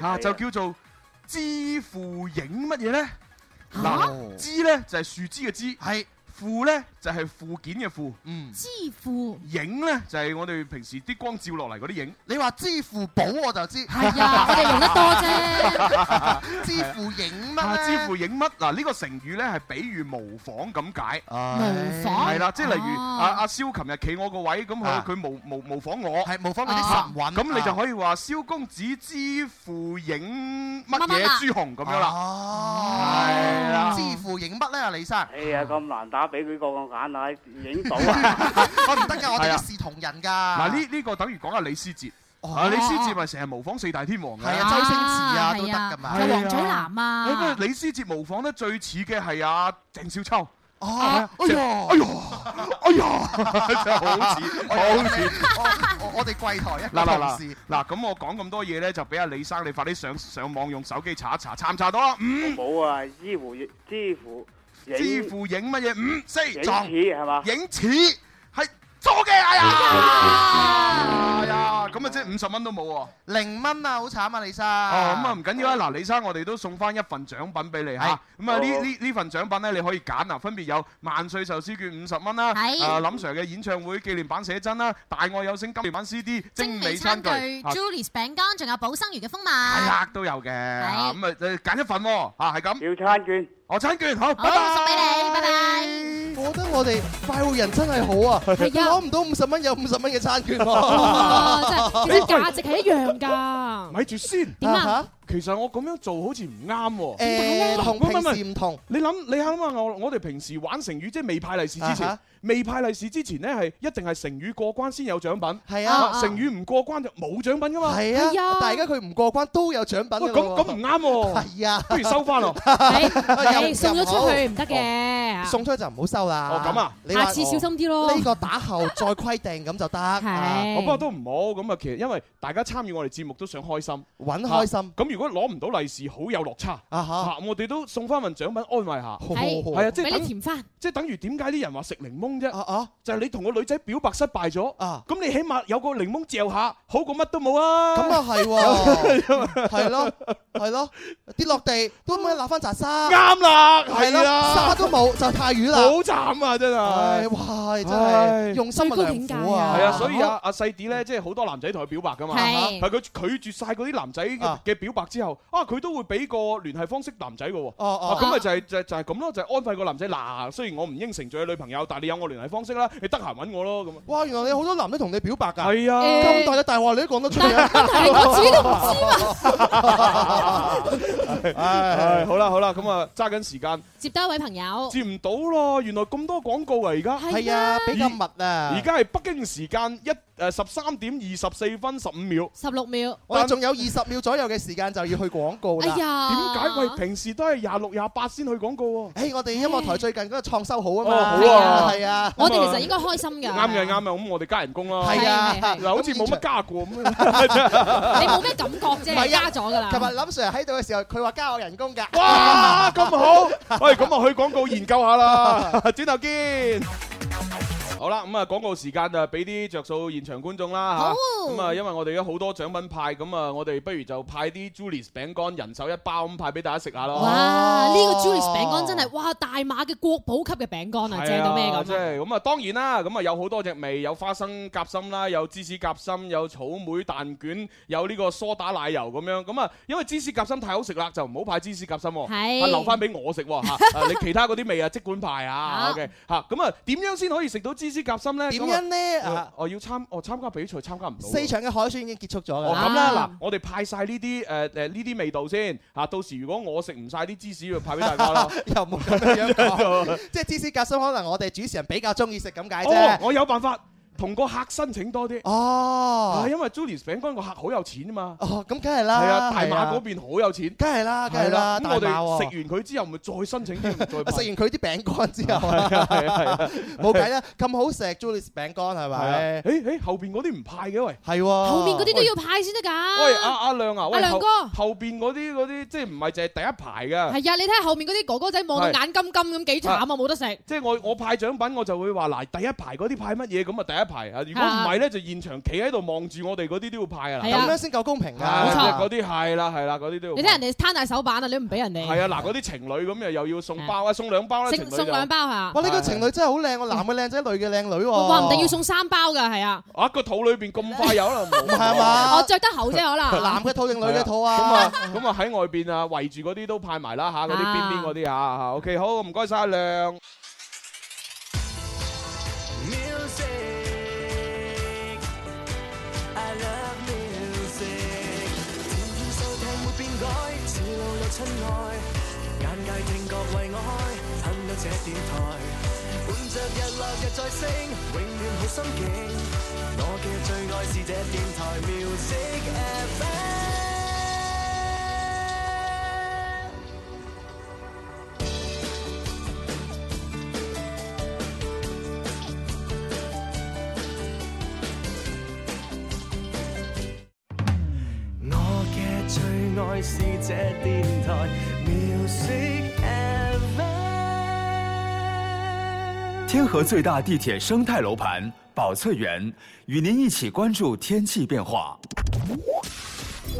[SPEAKER 2] 啊，
[SPEAKER 6] 係
[SPEAKER 2] 就
[SPEAKER 6] 啊
[SPEAKER 2] 叫做知乎影乜嘢咧？嗱，枝咧就係樹枝嘅枝，係附咧就係附件嘅附，
[SPEAKER 8] 嗯，
[SPEAKER 3] 支付
[SPEAKER 2] 影咧就係我哋平時啲光照落嚟嗰啲影。
[SPEAKER 8] 你話支付寶我就知，
[SPEAKER 3] 係啊，我哋用得多啫。
[SPEAKER 8] 支付影
[SPEAKER 2] 啊
[SPEAKER 8] 乜，咧
[SPEAKER 2] 支付影乜？嗱，呢個成語咧係比喻模仿咁解。
[SPEAKER 8] 唉
[SPEAKER 3] 模仿
[SPEAKER 2] 係啦，即係例如
[SPEAKER 3] 哦
[SPEAKER 2] 阿阿蕭琴日企我個位，咁佢
[SPEAKER 8] 啊
[SPEAKER 2] 佢模模模仿我，
[SPEAKER 8] 係模仿嗰啲
[SPEAKER 3] 啊
[SPEAKER 8] 神韻，
[SPEAKER 2] 咁你就
[SPEAKER 8] 以
[SPEAKER 2] 可以話蕭公子支付影乜
[SPEAKER 3] 乜乜
[SPEAKER 2] 嘢
[SPEAKER 3] 啊
[SPEAKER 2] 朱紅咁樣
[SPEAKER 5] 哦
[SPEAKER 8] 啦
[SPEAKER 2] 啦。係啦
[SPEAKER 8] 支付影乜咧啊，李生？
[SPEAKER 6] 哎呀，咁難打俾佢個眼啊，影到啊！
[SPEAKER 8] 我哦唔得㗎，我
[SPEAKER 2] 係
[SPEAKER 8] 哋
[SPEAKER 2] 啊
[SPEAKER 8] 要視同仁㗎。
[SPEAKER 2] 嗱，
[SPEAKER 8] 嗱
[SPEAKER 2] 呢呢個等於講下李思哲。
[SPEAKER 8] 哦
[SPEAKER 2] 啊，李思哲咪成日模仿四大天王
[SPEAKER 8] 係
[SPEAKER 2] 嘅。
[SPEAKER 8] 啊，周星馳啊都得
[SPEAKER 3] 係
[SPEAKER 8] 㗎嘛。
[SPEAKER 3] 有黃祖藍
[SPEAKER 2] 哎不過
[SPEAKER 3] 啊，
[SPEAKER 2] 李思哲模仿得最似嘅係阿鄭少秋。
[SPEAKER 8] 哦，哎呀
[SPEAKER 2] 哎。呀，哎呀，真係好似，好似。
[SPEAKER 8] 我哦我哋櫃台一
[SPEAKER 2] 嗱
[SPEAKER 8] 個
[SPEAKER 2] 嗱
[SPEAKER 8] 同
[SPEAKER 2] 嗱
[SPEAKER 8] 事，
[SPEAKER 2] 嗱，咁我講咁多嘢咧，就俾阿李生你快啲上上網用手機查一查，查唔查到啊？五
[SPEAKER 6] 冇啊，支付支付影
[SPEAKER 2] 支付影乜嘢？五四
[SPEAKER 6] 影啊
[SPEAKER 2] 撞
[SPEAKER 6] 似係嘛？
[SPEAKER 2] 影似係錯嘅，哎
[SPEAKER 3] 啊
[SPEAKER 2] 呀，哎呀，咁啊即係五十蚊都冇喎。
[SPEAKER 8] 零蚊啊，好慘啊，李生。
[SPEAKER 2] 哦，咁啊唔緊要啦，嗱，李生我哋都送翻一份獎品俾你嚇，咁啊呢
[SPEAKER 6] 好
[SPEAKER 2] 呢呢份獎品咧你可以揀啊，分別有萬歲壽司券五十蚊啦，
[SPEAKER 3] 係
[SPEAKER 2] 啊林 Sir 嘅演唱會紀念版寫真啦，大愛有聲紀念版 CD、精美餐具啊
[SPEAKER 3] Julie's 餅乾，仲有寶生魚嘅蜂蜜。
[SPEAKER 2] 係啦，都有嘅，啊咁啊誒揀一份喎，啊係咁，
[SPEAKER 6] 要餐券。
[SPEAKER 2] 我餐券好，拜拜，
[SPEAKER 3] 好，送俾你，拜拜。
[SPEAKER 5] 我覺得我哋快活人真係好啊！佢
[SPEAKER 3] 係啊
[SPEAKER 5] 攞唔到五十蚊有五十蚊嘅餐 券喎。
[SPEAKER 3] 哇哦真係，其實價值係一樣 㗎。
[SPEAKER 2] 咪住先，
[SPEAKER 3] 點啊？
[SPEAKER 2] 其實我咁樣做好似唔啱喎。
[SPEAKER 5] 誒，同
[SPEAKER 2] 唔係唔係
[SPEAKER 5] 平時唔同，
[SPEAKER 2] 你諗，你諗下我我哋平時玩成語，即係未派利是之
[SPEAKER 5] 啊
[SPEAKER 2] 前
[SPEAKER 5] 哈，
[SPEAKER 2] 未派利是之前呢，係一定係成語過關先有獎品。
[SPEAKER 5] 係
[SPEAKER 3] 啊
[SPEAKER 5] 啊，
[SPEAKER 2] 成語唔過關就冇獎品噶嘛。
[SPEAKER 5] 係
[SPEAKER 3] 係啊
[SPEAKER 5] 啊，但係而家佢唔過關都有獎品
[SPEAKER 2] 喂，
[SPEAKER 5] 㗎
[SPEAKER 2] 咁咁
[SPEAKER 5] 喎。
[SPEAKER 2] 唔啱喎，
[SPEAKER 5] 係啊，
[SPEAKER 2] 不如收翻 咯。
[SPEAKER 3] 誒，
[SPEAKER 5] 又
[SPEAKER 3] 送咗出去唔得
[SPEAKER 5] 又
[SPEAKER 3] 嘅，
[SPEAKER 5] 哦送出去就唔好收啦。
[SPEAKER 2] 哦咁啊，
[SPEAKER 5] 你話
[SPEAKER 3] 啊下次小心啲咯。
[SPEAKER 5] 呢個打後再規定咁就得。
[SPEAKER 2] 我
[SPEAKER 5] 啊
[SPEAKER 3] 係，
[SPEAKER 2] 哦不過都唔好咁啊。其實因為大家參與我哋節目都想開心，
[SPEAKER 5] 揾開心
[SPEAKER 2] 咁如果攞唔到利是，好有落差。
[SPEAKER 5] 啊嚇
[SPEAKER 2] 啊，我哋都送翻份獎品安慰下。
[SPEAKER 3] 係
[SPEAKER 5] 好，
[SPEAKER 2] 係啊，即係
[SPEAKER 3] 俾你
[SPEAKER 2] 等
[SPEAKER 3] 填翻。
[SPEAKER 2] 即係等於點解啲人話食檸檬啫？
[SPEAKER 5] 啊啊
[SPEAKER 2] 就係你同個女仔表白失敗咗，
[SPEAKER 5] 啊！
[SPEAKER 2] 咁你起碼有個檸檬嚼下，好過乜都冇啊！
[SPEAKER 5] 咁啊 係喎，係咯係咯，跌落地都唔可以揦翻扎沙，
[SPEAKER 2] 啱啦，
[SPEAKER 5] 係
[SPEAKER 2] 係啊
[SPEAKER 5] 咯
[SPEAKER 2] 啦，
[SPEAKER 5] 沙都冇就太魚啦。
[SPEAKER 2] 好慘啊，真
[SPEAKER 5] 唉，
[SPEAKER 2] 係。
[SPEAKER 5] 哇！真
[SPEAKER 2] 唉
[SPEAKER 5] 係用心嘅良苦啊，
[SPEAKER 2] 係
[SPEAKER 3] 係
[SPEAKER 2] 啊，所以啊，阿細啲咧，即係好多男仔同佢表白噶嘛，
[SPEAKER 3] 係
[SPEAKER 2] 係佢拒絕晒嗰啲男仔嘅
[SPEAKER 5] 啊
[SPEAKER 2] 嘅表白之後，啊，佢都會俾個聯繫方式男仔嘅喎。
[SPEAKER 5] 哦
[SPEAKER 2] 啊，
[SPEAKER 5] 哦，
[SPEAKER 2] 咁咪就係就係就係咁咯，就係安慰個男仔。嗱，雖然我唔應承做你女朋友，但係你有我聯繫方式啦，你得閒揾我咯咁啊。
[SPEAKER 5] 哇！原來你好多男都同你表白㗎，
[SPEAKER 2] 係啊，
[SPEAKER 3] 誒
[SPEAKER 5] 咁大嘅大話你都講得出
[SPEAKER 3] 但
[SPEAKER 5] 嘅
[SPEAKER 3] 係，問題係我自己都唔知嘛。
[SPEAKER 2] 唉，好啦好啦，咁啊揸緊時間。
[SPEAKER 3] 接多一位朋友，哎
[SPEAKER 2] 接唔到咯，原來咁多廣告啊！而家
[SPEAKER 5] 哦係啊，比較密啊。
[SPEAKER 2] 而家係北京時間一誒十三點二十四分十五秒。
[SPEAKER 3] 十六秒。
[SPEAKER 5] 我哋仲有二十秒左右嘅時間就要去廣告
[SPEAKER 3] 哎
[SPEAKER 5] 啦。
[SPEAKER 2] 點
[SPEAKER 3] 呀，
[SPEAKER 2] 解？喂，平啊時都係廿六廿八先去廣告喎。
[SPEAKER 5] 誒，我哋音樂台最近嗰個創收好啊
[SPEAKER 2] 哦
[SPEAKER 5] 嘛，
[SPEAKER 2] 好
[SPEAKER 3] 啊
[SPEAKER 5] 係啊，
[SPEAKER 3] 我哋其實應該開心㗎。
[SPEAKER 2] 啱嘅啱嘅，咁我哋加人工啦。
[SPEAKER 5] 係啊
[SPEAKER 3] 係係係
[SPEAKER 2] 哦嗱，好似冇乜加過咁樣。
[SPEAKER 3] 你冇咩感覺
[SPEAKER 5] 唔
[SPEAKER 3] 啫，
[SPEAKER 5] 係啊
[SPEAKER 3] 加咗㗎啦。
[SPEAKER 5] 琴日林 Sir 喺度嘅時候，佢話加我人工㗎。
[SPEAKER 2] 哇，咁好！喂，咁啊去廣告研究下啦，轉頭見。好啦，咁啊廣告時間就俾啲着數現場觀眾啦
[SPEAKER 3] 好
[SPEAKER 2] 嚇咁啊，因為我哋而家好多獎品派，咁啊，我哋不如就派啲 Julie's 餅乾人手一包咁派俾大家食下咯。
[SPEAKER 3] 哇！呢個
[SPEAKER 2] 哦
[SPEAKER 3] Julius 餅乾真係哇大馬嘅國寶級嘅餅乾啊，正到咩
[SPEAKER 2] 即
[SPEAKER 3] 咁啊！
[SPEAKER 2] 係咁啊！當然啦，咁啊有好多隻味，有花生夾心啦，有芝士夾心，有草莓蛋卷，有呢個梳打奶油咁樣。咁啊，因為芝士夾心太好食啦，就唔好派芝士夾心喎，
[SPEAKER 3] 係
[SPEAKER 2] 啊留翻俾我食喎嚇。啊你其他嗰啲味啊，即管派啊。
[SPEAKER 3] 好
[SPEAKER 2] OK 嚇，咁啊點樣先可以食到芝士夾心咧？
[SPEAKER 5] 點
[SPEAKER 2] 咁啊
[SPEAKER 5] 樣咧？啊
[SPEAKER 2] 呃，我要參，我參加比賽參加唔到喎。
[SPEAKER 5] 四場嘅海選已經結束咗㗎
[SPEAKER 2] 哦，
[SPEAKER 5] 啦。
[SPEAKER 2] 咁啦，
[SPEAKER 3] 啊
[SPEAKER 2] 嗱，我哋派晒呢啲誒誒呢啲味道先嚇，到時如果我食唔晒啲芝士，就派俾大家 啦。
[SPEAKER 5] 又冇咁樣講， 即係芝士夾心可能我哋主持人比較中意食咁解
[SPEAKER 2] 哦，
[SPEAKER 5] 啫。
[SPEAKER 2] 我有辦法同個客申請多啲。
[SPEAKER 5] 哦
[SPEAKER 2] 係，啊因為 Julius 餅乾個客好有錢啊嘛，
[SPEAKER 5] 哦，咁梗係啦，
[SPEAKER 2] 係啊，大馬嗰邊好有錢，
[SPEAKER 5] 梗係啦，梗係啦，
[SPEAKER 2] 咁
[SPEAKER 5] 大
[SPEAKER 2] 我
[SPEAKER 5] 馬
[SPEAKER 2] 哋
[SPEAKER 5] 喎。
[SPEAKER 2] 食完佢之後，咪再申請添，再派
[SPEAKER 5] 食完佢啲餅乾之後，
[SPEAKER 2] 係啊係啊
[SPEAKER 5] 冇計啦，咁好食 Julius 餅乾係
[SPEAKER 2] 係啊，
[SPEAKER 5] 咪
[SPEAKER 2] 誒？誒後邊嗰啲唔派嘅喂，
[SPEAKER 5] 係喎，
[SPEAKER 3] 後面嗰啲都要派先得㗎。
[SPEAKER 2] 喂阿阿亮啊，喂
[SPEAKER 3] 啊阿亮
[SPEAKER 2] 後
[SPEAKER 3] 哥
[SPEAKER 2] 後邊嗰啲嗰啲即係唔係淨係第一排嘅，
[SPEAKER 3] 係啊，你睇下後面嗰啲哥哥仔望到眼金金咁幾慘啊，冇得食。
[SPEAKER 2] 即係我我派獎品我就會話嗱第一排嗰啲派乜嘢咁啊第一排啊，如果唔係咧就現場企喺度望住我我哋嗰啲都要派啊。
[SPEAKER 3] 啊係
[SPEAKER 5] 咁
[SPEAKER 3] 啊
[SPEAKER 5] 樣先夠公平
[SPEAKER 2] 係啊
[SPEAKER 3] 冇
[SPEAKER 2] 即
[SPEAKER 3] 錯
[SPEAKER 2] 係
[SPEAKER 5] 㗎。
[SPEAKER 2] 嗰啲係啦，係啦，嗰啲都要派。
[SPEAKER 3] 你睇人哋攤大手板啊，你都唔俾人哋。
[SPEAKER 2] 係啊，嗱，嗰啲情侶咁又又要送包啊，送兩包啦，情
[SPEAKER 3] 送
[SPEAKER 2] 侶
[SPEAKER 3] 送
[SPEAKER 2] 就
[SPEAKER 3] 兩包嚇，
[SPEAKER 5] 哇！呢個情侶真係好靚，個男嘅靚仔，女嘅靚女喎。
[SPEAKER 3] 話唔定要送三包㗎，係啊，
[SPEAKER 2] 啊個肚裏邊咁 快有啦，
[SPEAKER 5] 唔
[SPEAKER 2] 冇
[SPEAKER 5] 係
[SPEAKER 3] 我
[SPEAKER 5] 嘛？
[SPEAKER 3] 哦着得厚啫，可能。
[SPEAKER 5] 男嘅肚定女嘅肚
[SPEAKER 2] 咁啊
[SPEAKER 5] 啊？，
[SPEAKER 2] 咁啊喺外邊啊圍住嗰啲都派埋啦嚇，嗰啲邊
[SPEAKER 3] 啊
[SPEAKER 2] 邊嗰啲啊嚇，OK 好，唔該晒阿亮。
[SPEAKER 4] Music, I love music。天天收聽沒變改，似老友親愛，眼界聽覺為我開，撐到這電台。伴着日落日再升，永遠好心境。我嘅最愛是這電台 Music FM。我嘅最愛是這電台 Music FM。
[SPEAKER 9] 天河最大地铁生态楼盘宝翠园，与您一起关注天气变化。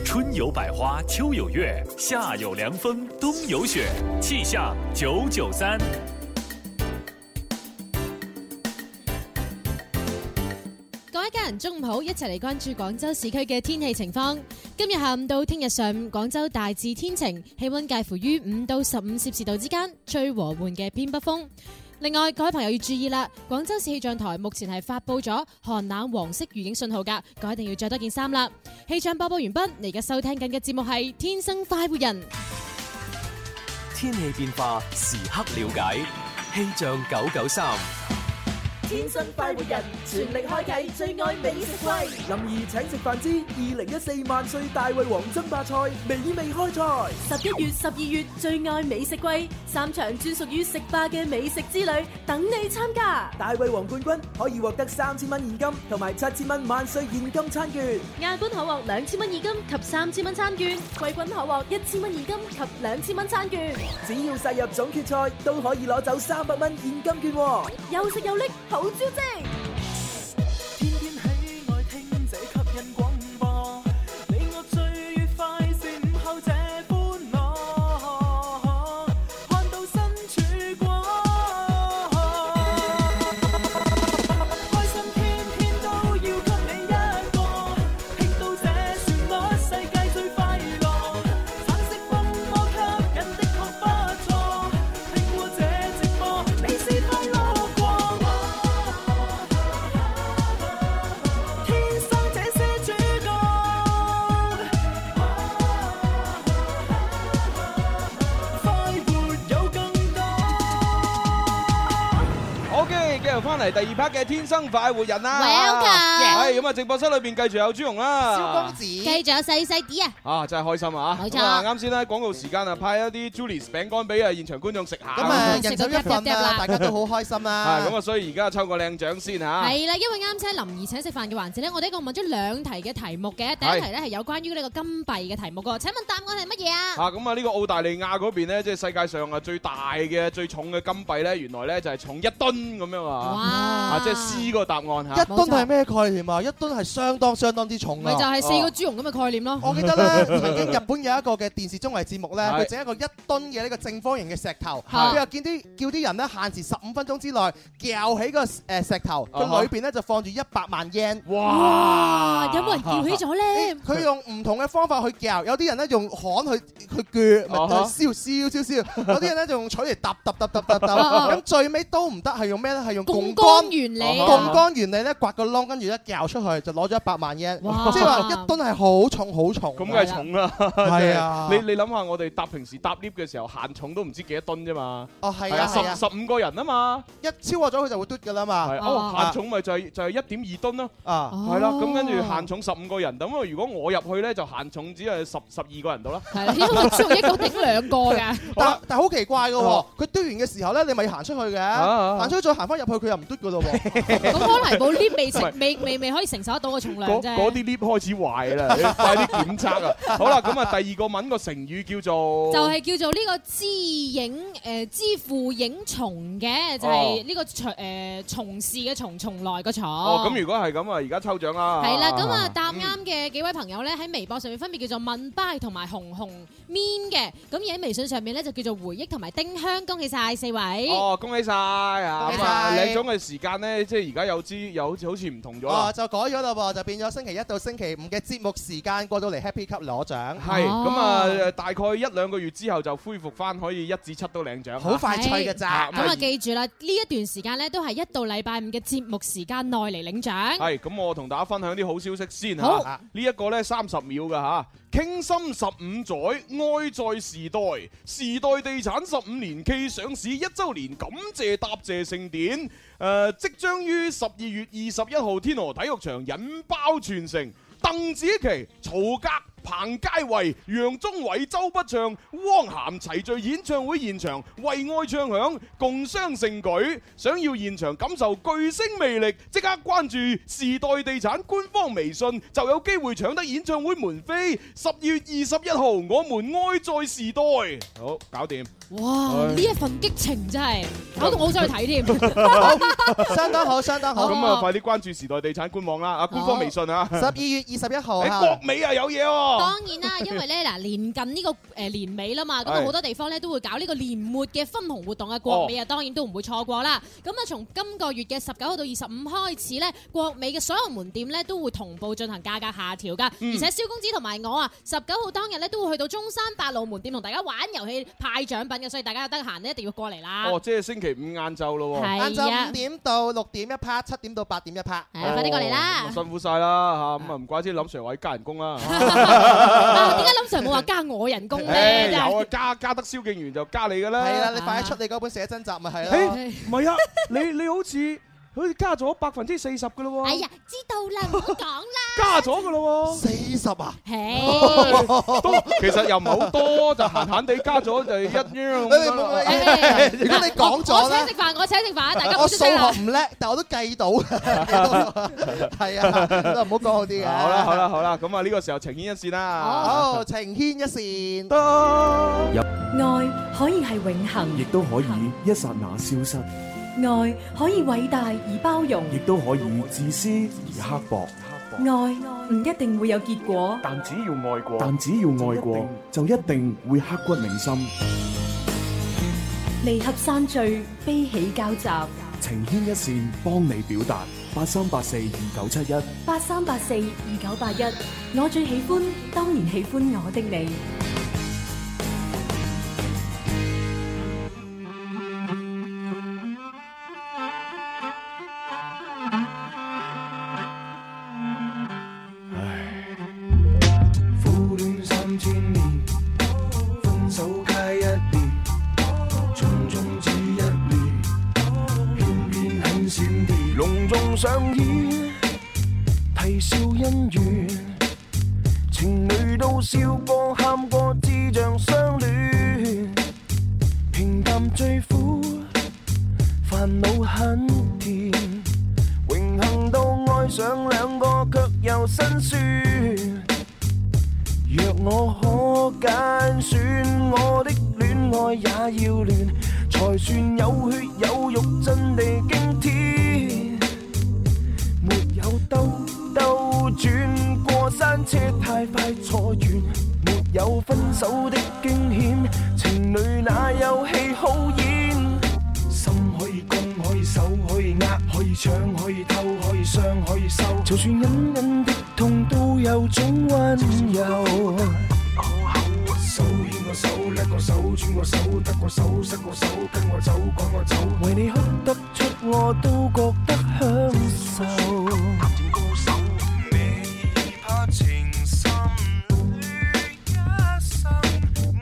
[SPEAKER 10] 春有百花，秋有月，夏有凉风，冬有雪。气象九九三，
[SPEAKER 3] 各位家人中午好，一齊嚟關注廣州市區嘅天氣情況。今日下午到聽日上午，廣州大致天晴，氣温介乎於五到十五攝氏度之間，吹和緩嘅偏北風。另外，各位朋友要注意啦，廣州市氣象台目前係發布咗寒冷黃色預警信號㗎，各位一定要着多件衫啦。氣象播報完畢，你而家收聽緊嘅節目係《天生快活人》。
[SPEAKER 10] 天气变化时刻了解，气象九九三。
[SPEAKER 11] 天生快活人，全力開啟最愛美食季。林兒請食飯之二零一四萬歲大胃王爭霸賽美味開賽，十一月、十二月最愛美食季，三場專屬於食霸嘅美食之旅等你參加。大胃王冠軍可以獲得三千蚊現金同埋七千蚊萬歲現金餐券，亞軍可獲兩千蚊現金及三千蚊餐券，季軍可獲一千蚊現金及兩千蚊餐券。只要殺入總決賽，都可以攞走三百蚊現金券喎。有食有力，好招積！
[SPEAKER 4] 天天喜愛聽這吸引廣播，你我最愉快，是午後這歡樂，看到身曙光，開心天天都要給你一個，聽到這旋律，世界最快樂，橙色風波吸引的確不錯，聽我這直播，你是快樂過。天生這些主角，快活有更多。
[SPEAKER 2] OK，繼續翻嚟第二 part 嘅天生快活人啦。
[SPEAKER 3] Welcome
[SPEAKER 2] 係咁啊，直播室裏邊繼續有朱紅啦。
[SPEAKER 8] 蕭公子。
[SPEAKER 3] 繼續有細細啲啊，
[SPEAKER 2] 啊，真係開心啊！
[SPEAKER 3] 冇錯
[SPEAKER 2] 咁啊啱先咧廣告時間啊，派一啲 Julius 餅乾俾啊現場觀眾食下。
[SPEAKER 5] 咁啊，
[SPEAKER 3] 食
[SPEAKER 5] 人
[SPEAKER 3] 到
[SPEAKER 5] 手一份
[SPEAKER 3] tap tap 啦
[SPEAKER 5] 啦，大家都好開心啦。
[SPEAKER 2] 啊，咁啊，所以而家抽個靚獎先嚇。
[SPEAKER 3] 係啦，因為啱先喺林兒請食飯嘅環節咧，我哋一共問咗兩題嘅題目嘅，第一題咧係有關於呢個金幣嘅題目噶，請問答案係乜嘢啊？
[SPEAKER 2] 啊，咁啊，呢個澳大利亞嗰邊咧，即係世界上啊最大嘅、最重嘅金幣咧，原來咧就係重一噸咁樣
[SPEAKER 3] 哇！
[SPEAKER 2] 啊，啊，即係 C 個答案
[SPEAKER 5] 一
[SPEAKER 2] 嚇。
[SPEAKER 5] 噸係咩概念啊？一噸係相當相當之重
[SPEAKER 3] 咪就
[SPEAKER 5] 啊！
[SPEAKER 3] 係四個豬籠咁嘅概念咯。
[SPEAKER 5] 我記得咧，曾經日本有一個嘅電視綜藝節目咧，
[SPEAKER 2] 係
[SPEAKER 5] 佢整一個一噸嘅呢個正方形嘅石頭，
[SPEAKER 3] 係
[SPEAKER 5] 佢又見啲叫啲人咧限時十五分鐘之內撬起個誒石頭，
[SPEAKER 2] 啊哈
[SPEAKER 5] 佢裏邊咧就放住一百萬 yen。
[SPEAKER 2] 哇啊
[SPEAKER 3] 啊！有冇人叫起咗咧？
[SPEAKER 5] 佢用唔同嘅方法去撬，有啲人咧用焊去去鋸，
[SPEAKER 2] 啊哈
[SPEAKER 5] 咪呃燒燒燒燒；有啲人咧就用錘嚟揼揼揼揼揼
[SPEAKER 3] 啊
[SPEAKER 5] 揼。咁最尾都唔得，係用咩咧？係用槓
[SPEAKER 3] 槓桿
[SPEAKER 5] 桿。
[SPEAKER 3] 原理
[SPEAKER 2] 啊
[SPEAKER 5] 槓
[SPEAKER 3] 啊，
[SPEAKER 5] 桿原理咧，刮個窿，跟住一撬出去就攞咗一百萬 yen，
[SPEAKER 3] 哇
[SPEAKER 5] 即係話一噸係好重好重。啊
[SPEAKER 2] 咁梗係重啦，
[SPEAKER 5] 係啊
[SPEAKER 2] 真係你你諗下，我哋搭平時搭 lift 嘅時候，限重都唔知幾多噸啫嘛。
[SPEAKER 5] 哦係
[SPEAKER 2] 係啊，
[SPEAKER 5] 啊係啊
[SPEAKER 2] 十，十五個人啊嘛，
[SPEAKER 5] 一超過咗佢就會嘟㗎啦嘛。
[SPEAKER 2] 係哦，
[SPEAKER 5] 啊
[SPEAKER 2] 限重咪就係就係一點二噸咯，
[SPEAKER 3] 哦
[SPEAKER 5] 啊，
[SPEAKER 2] 係啦。咁跟住限
[SPEAKER 3] 限
[SPEAKER 2] 重十五個人，咁啊，如果我入去咧就限重只係十十二個人到啦。
[SPEAKER 3] 係啦，因為豬籠一個頂兩個㗎，
[SPEAKER 5] 但但好奇怪嘅
[SPEAKER 2] 啊
[SPEAKER 5] 喎，佢嘟完嘅時候咧，你咪行出去嘅，
[SPEAKER 2] 啊啊
[SPEAKER 5] 行出去再行翻入去，佢又唔嘟嘟噶咯 喎。啊
[SPEAKER 3] 咁可能部 lift 未
[SPEAKER 2] 唔
[SPEAKER 3] 承
[SPEAKER 2] 係
[SPEAKER 3] 未未未可以承受得到個重量
[SPEAKER 2] 嗰
[SPEAKER 3] 啫。
[SPEAKER 2] 嗰啲 lift 開始壞啦，你 快啲檢測啊！好啦，咁啊，第二個文個成語叫做
[SPEAKER 3] 就係叫做呢個知影誒知父影蟲嘅，就係呢個蟲誒蟲事嘅蟲，從來個蟲。
[SPEAKER 2] 哦，咁如果係咁啊，而家抽獎啦！嗯
[SPEAKER 3] 係啦，咁啊答啱嘅幾位朋友咧，喺微博上面分別叫做問拜同埋紅紅面嘅，咁而喺微信上面咧就叫做回憶同埋丁香，恭喜晒四位。
[SPEAKER 2] 哦，恭喜晒啊！
[SPEAKER 5] 恭喜
[SPEAKER 2] 咁啊，
[SPEAKER 5] 晒
[SPEAKER 2] 領獎嘅時間咧，即係而家有支有好似好似唔同咗啊
[SPEAKER 5] 哦，
[SPEAKER 2] 啦。
[SPEAKER 5] 就改咗啦噃，就變咗星期一到星期五嘅節目時間過到嚟 Happy Cup 攞獎。
[SPEAKER 2] 係咁啊，大概一兩個月之後就恢復翻，可以一至七都領獎。啊
[SPEAKER 5] 好快脆嘅咋
[SPEAKER 3] 咁啊，記住啦，呢一段時間咧都係一到禮拜五嘅節目時間內嚟領獎。
[SPEAKER 2] 係咁，我同大家分享啲好消息先
[SPEAKER 3] 好
[SPEAKER 2] 嚇。呢一個呢，三十秒㗎嚇，傾心十五載，愛在時代，時代地產十五年暨上市一週年感謝答謝盛典。誒、即將於十二月二十一號天河體育場引爆全城，鄧紫棋、曹格。彭佳慧、楊宗緯、周筆暢、汪涵齊聚演唱會現場，為愛唱響，共襄盛舉。想要現場感受巨星魅力，即刻關注時代地產官方微信，就有機會搶得演唱會門飛。十二月二十一號，我們愛在時代。好，搞掂。
[SPEAKER 3] 哇！呢一份激情真係搞到我好想去睇添。
[SPEAKER 5] 相當好，相 當好。
[SPEAKER 2] 咁啊，快啲關注時代地產官網啦，啊，官方微信啊。
[SPEAKER 5] 十二月二十一號
[SPEAKER 2] 誒
[SPEAKER 5] 啊
[SPEAKER 2] 國美啊有嘢喎。
[SPEAKER 3] 當然啦，因為咧 嗱，年近呢個誒年尾啦嘛，咁啊
[SPEAKER 2] 係哦
[SPEAKER 3] 好多地方咧都會搞呢個年末嘅分紅活動啊，國美啊當然都唔會錯過啦。咁啊，從今個月嘅十九號到二十五開始咧，國美嘅所有門店咧都會同步進行價格下調噶，
[SPEAKER 2] 嗯
[SPEAKER 3] 而且蕭公子同埋我啊，十九號當日咧都會去到中山八路門店同大家玩遊戲派獎品嘅，所以大家有得閒咧一定要過嚟啦。啊
[SPEAKER 2] 哦，即哦係星期五晏晝咯喎。
[SPEAKER 5] 晏晝五點到六點一 part，七點到八點一 part。
[SPEAKER 2] 哦
[SPEAKER 3] 快啲過嚟啦
[SPEAKER 2] 咁啊辛苦晒啦嚇，咁啊唔怪之林 Sir 話要加人工啦。
[SPEAKER 3] 啊，點解林 Sir 冇話加我人工咧？
[SPEAKER 2] 誒
[SPEAKER 3] 嗯真係啊
[SPEAKER 2] 有啊，加加得蕭敬元就加你㗎啦。
[SPEAKER 5] 係啦，你快啲出你嗰本寫真集咪係
[SPEAKER 2] 誒
[SPEAKER 5] 咯。
[SPEAKER 2] 唔係啊，你你好似好似加咗百分之四十㗎咯喎。
[SPEAKER 3] 哎呀，知道啦，唔好講啦。
[SPEAKER 2] 加咗㗎咯喎。
[SPEAKER 5] 四十啊！
[SPEAKER 3] 哦
[SPEAKER 2] 都其實又唔係好多，就閒閒地加咗就一 樣
[SPEAKER 5] 喂
[SPEAKER 3] 哎
[SPEAKER 5] 喂
[SPEAKER 2] 咁
[SPEAKER 5] 喂
[SPEAKER 2] 啦。
[SPEAKER 5] 喂如果你講咗
[SPEAKER 3] 我請
[SPEAKER 5] 咧
[SPEAKER 3] 食，飯，我請食飯，大家
[SPEAKER 5] 我
[SPEAKER 3] 唔
[SPEAKER 5] 數
[SPEAKER 3] 識啦。
[SPEAKER 5] 學唔叻，但我都計 到。 係啊，都唔好講好啲嘅。
[SPEAKER 2] 好啦好啦好啦，咁啊呢個時候情牽一線啦。
[SPEAKER 3] 哦
[SPEAKER 5] 好，哦情牽一線。
[SPEAKER 12] 愛可以係永恆，
[SPEAKER 13] 亦都可以一剎那消失，
[SPEAKER 12] 愛可以偉大而包容，
[SPEAKER 13] 亦都可以自私而刻薄。
[SPEAKER 12] 愛唔一定會有結果。
[SPEAKER 13] 但只要愛過，但只要愛過，就一定會刻骨銘心。
[SPEAKER 12] 離合散聚，悲喜交集。
[SPEAKER 13] 情牽一線，幫你表達。八三八四二九七一。
[SPEAKER 12] 八三八四二九八一，我最喜歡，當然喜歡我的你。
[SPEAKER 4] 苦戀三千年，分手皆一年，重重只一年，偏偏很閃電，隆重上演，啼笑姻緣，情侶都笑過喊過，智像相戀，平淡最苦，煩惱很甜，榮幸到愛上兩個，卻又辛酸。若我可揀選，我的戀愛也要亂，才算有血有肉，真地驚天。沒有兜兜轉，過山車太快坐完，沒有分手的驚險，情侶哪有戲好演？心可以攻，可以守，可以呃，可以搶，可以偷，可以傷，可以收。就算隱隱的痛，都有種温柔。手牽我手，甩我手，轉我手，得我手，失我手，跟我走，趕我走。為你哭得出，我都覺得享受。高手，你怕情深於一生，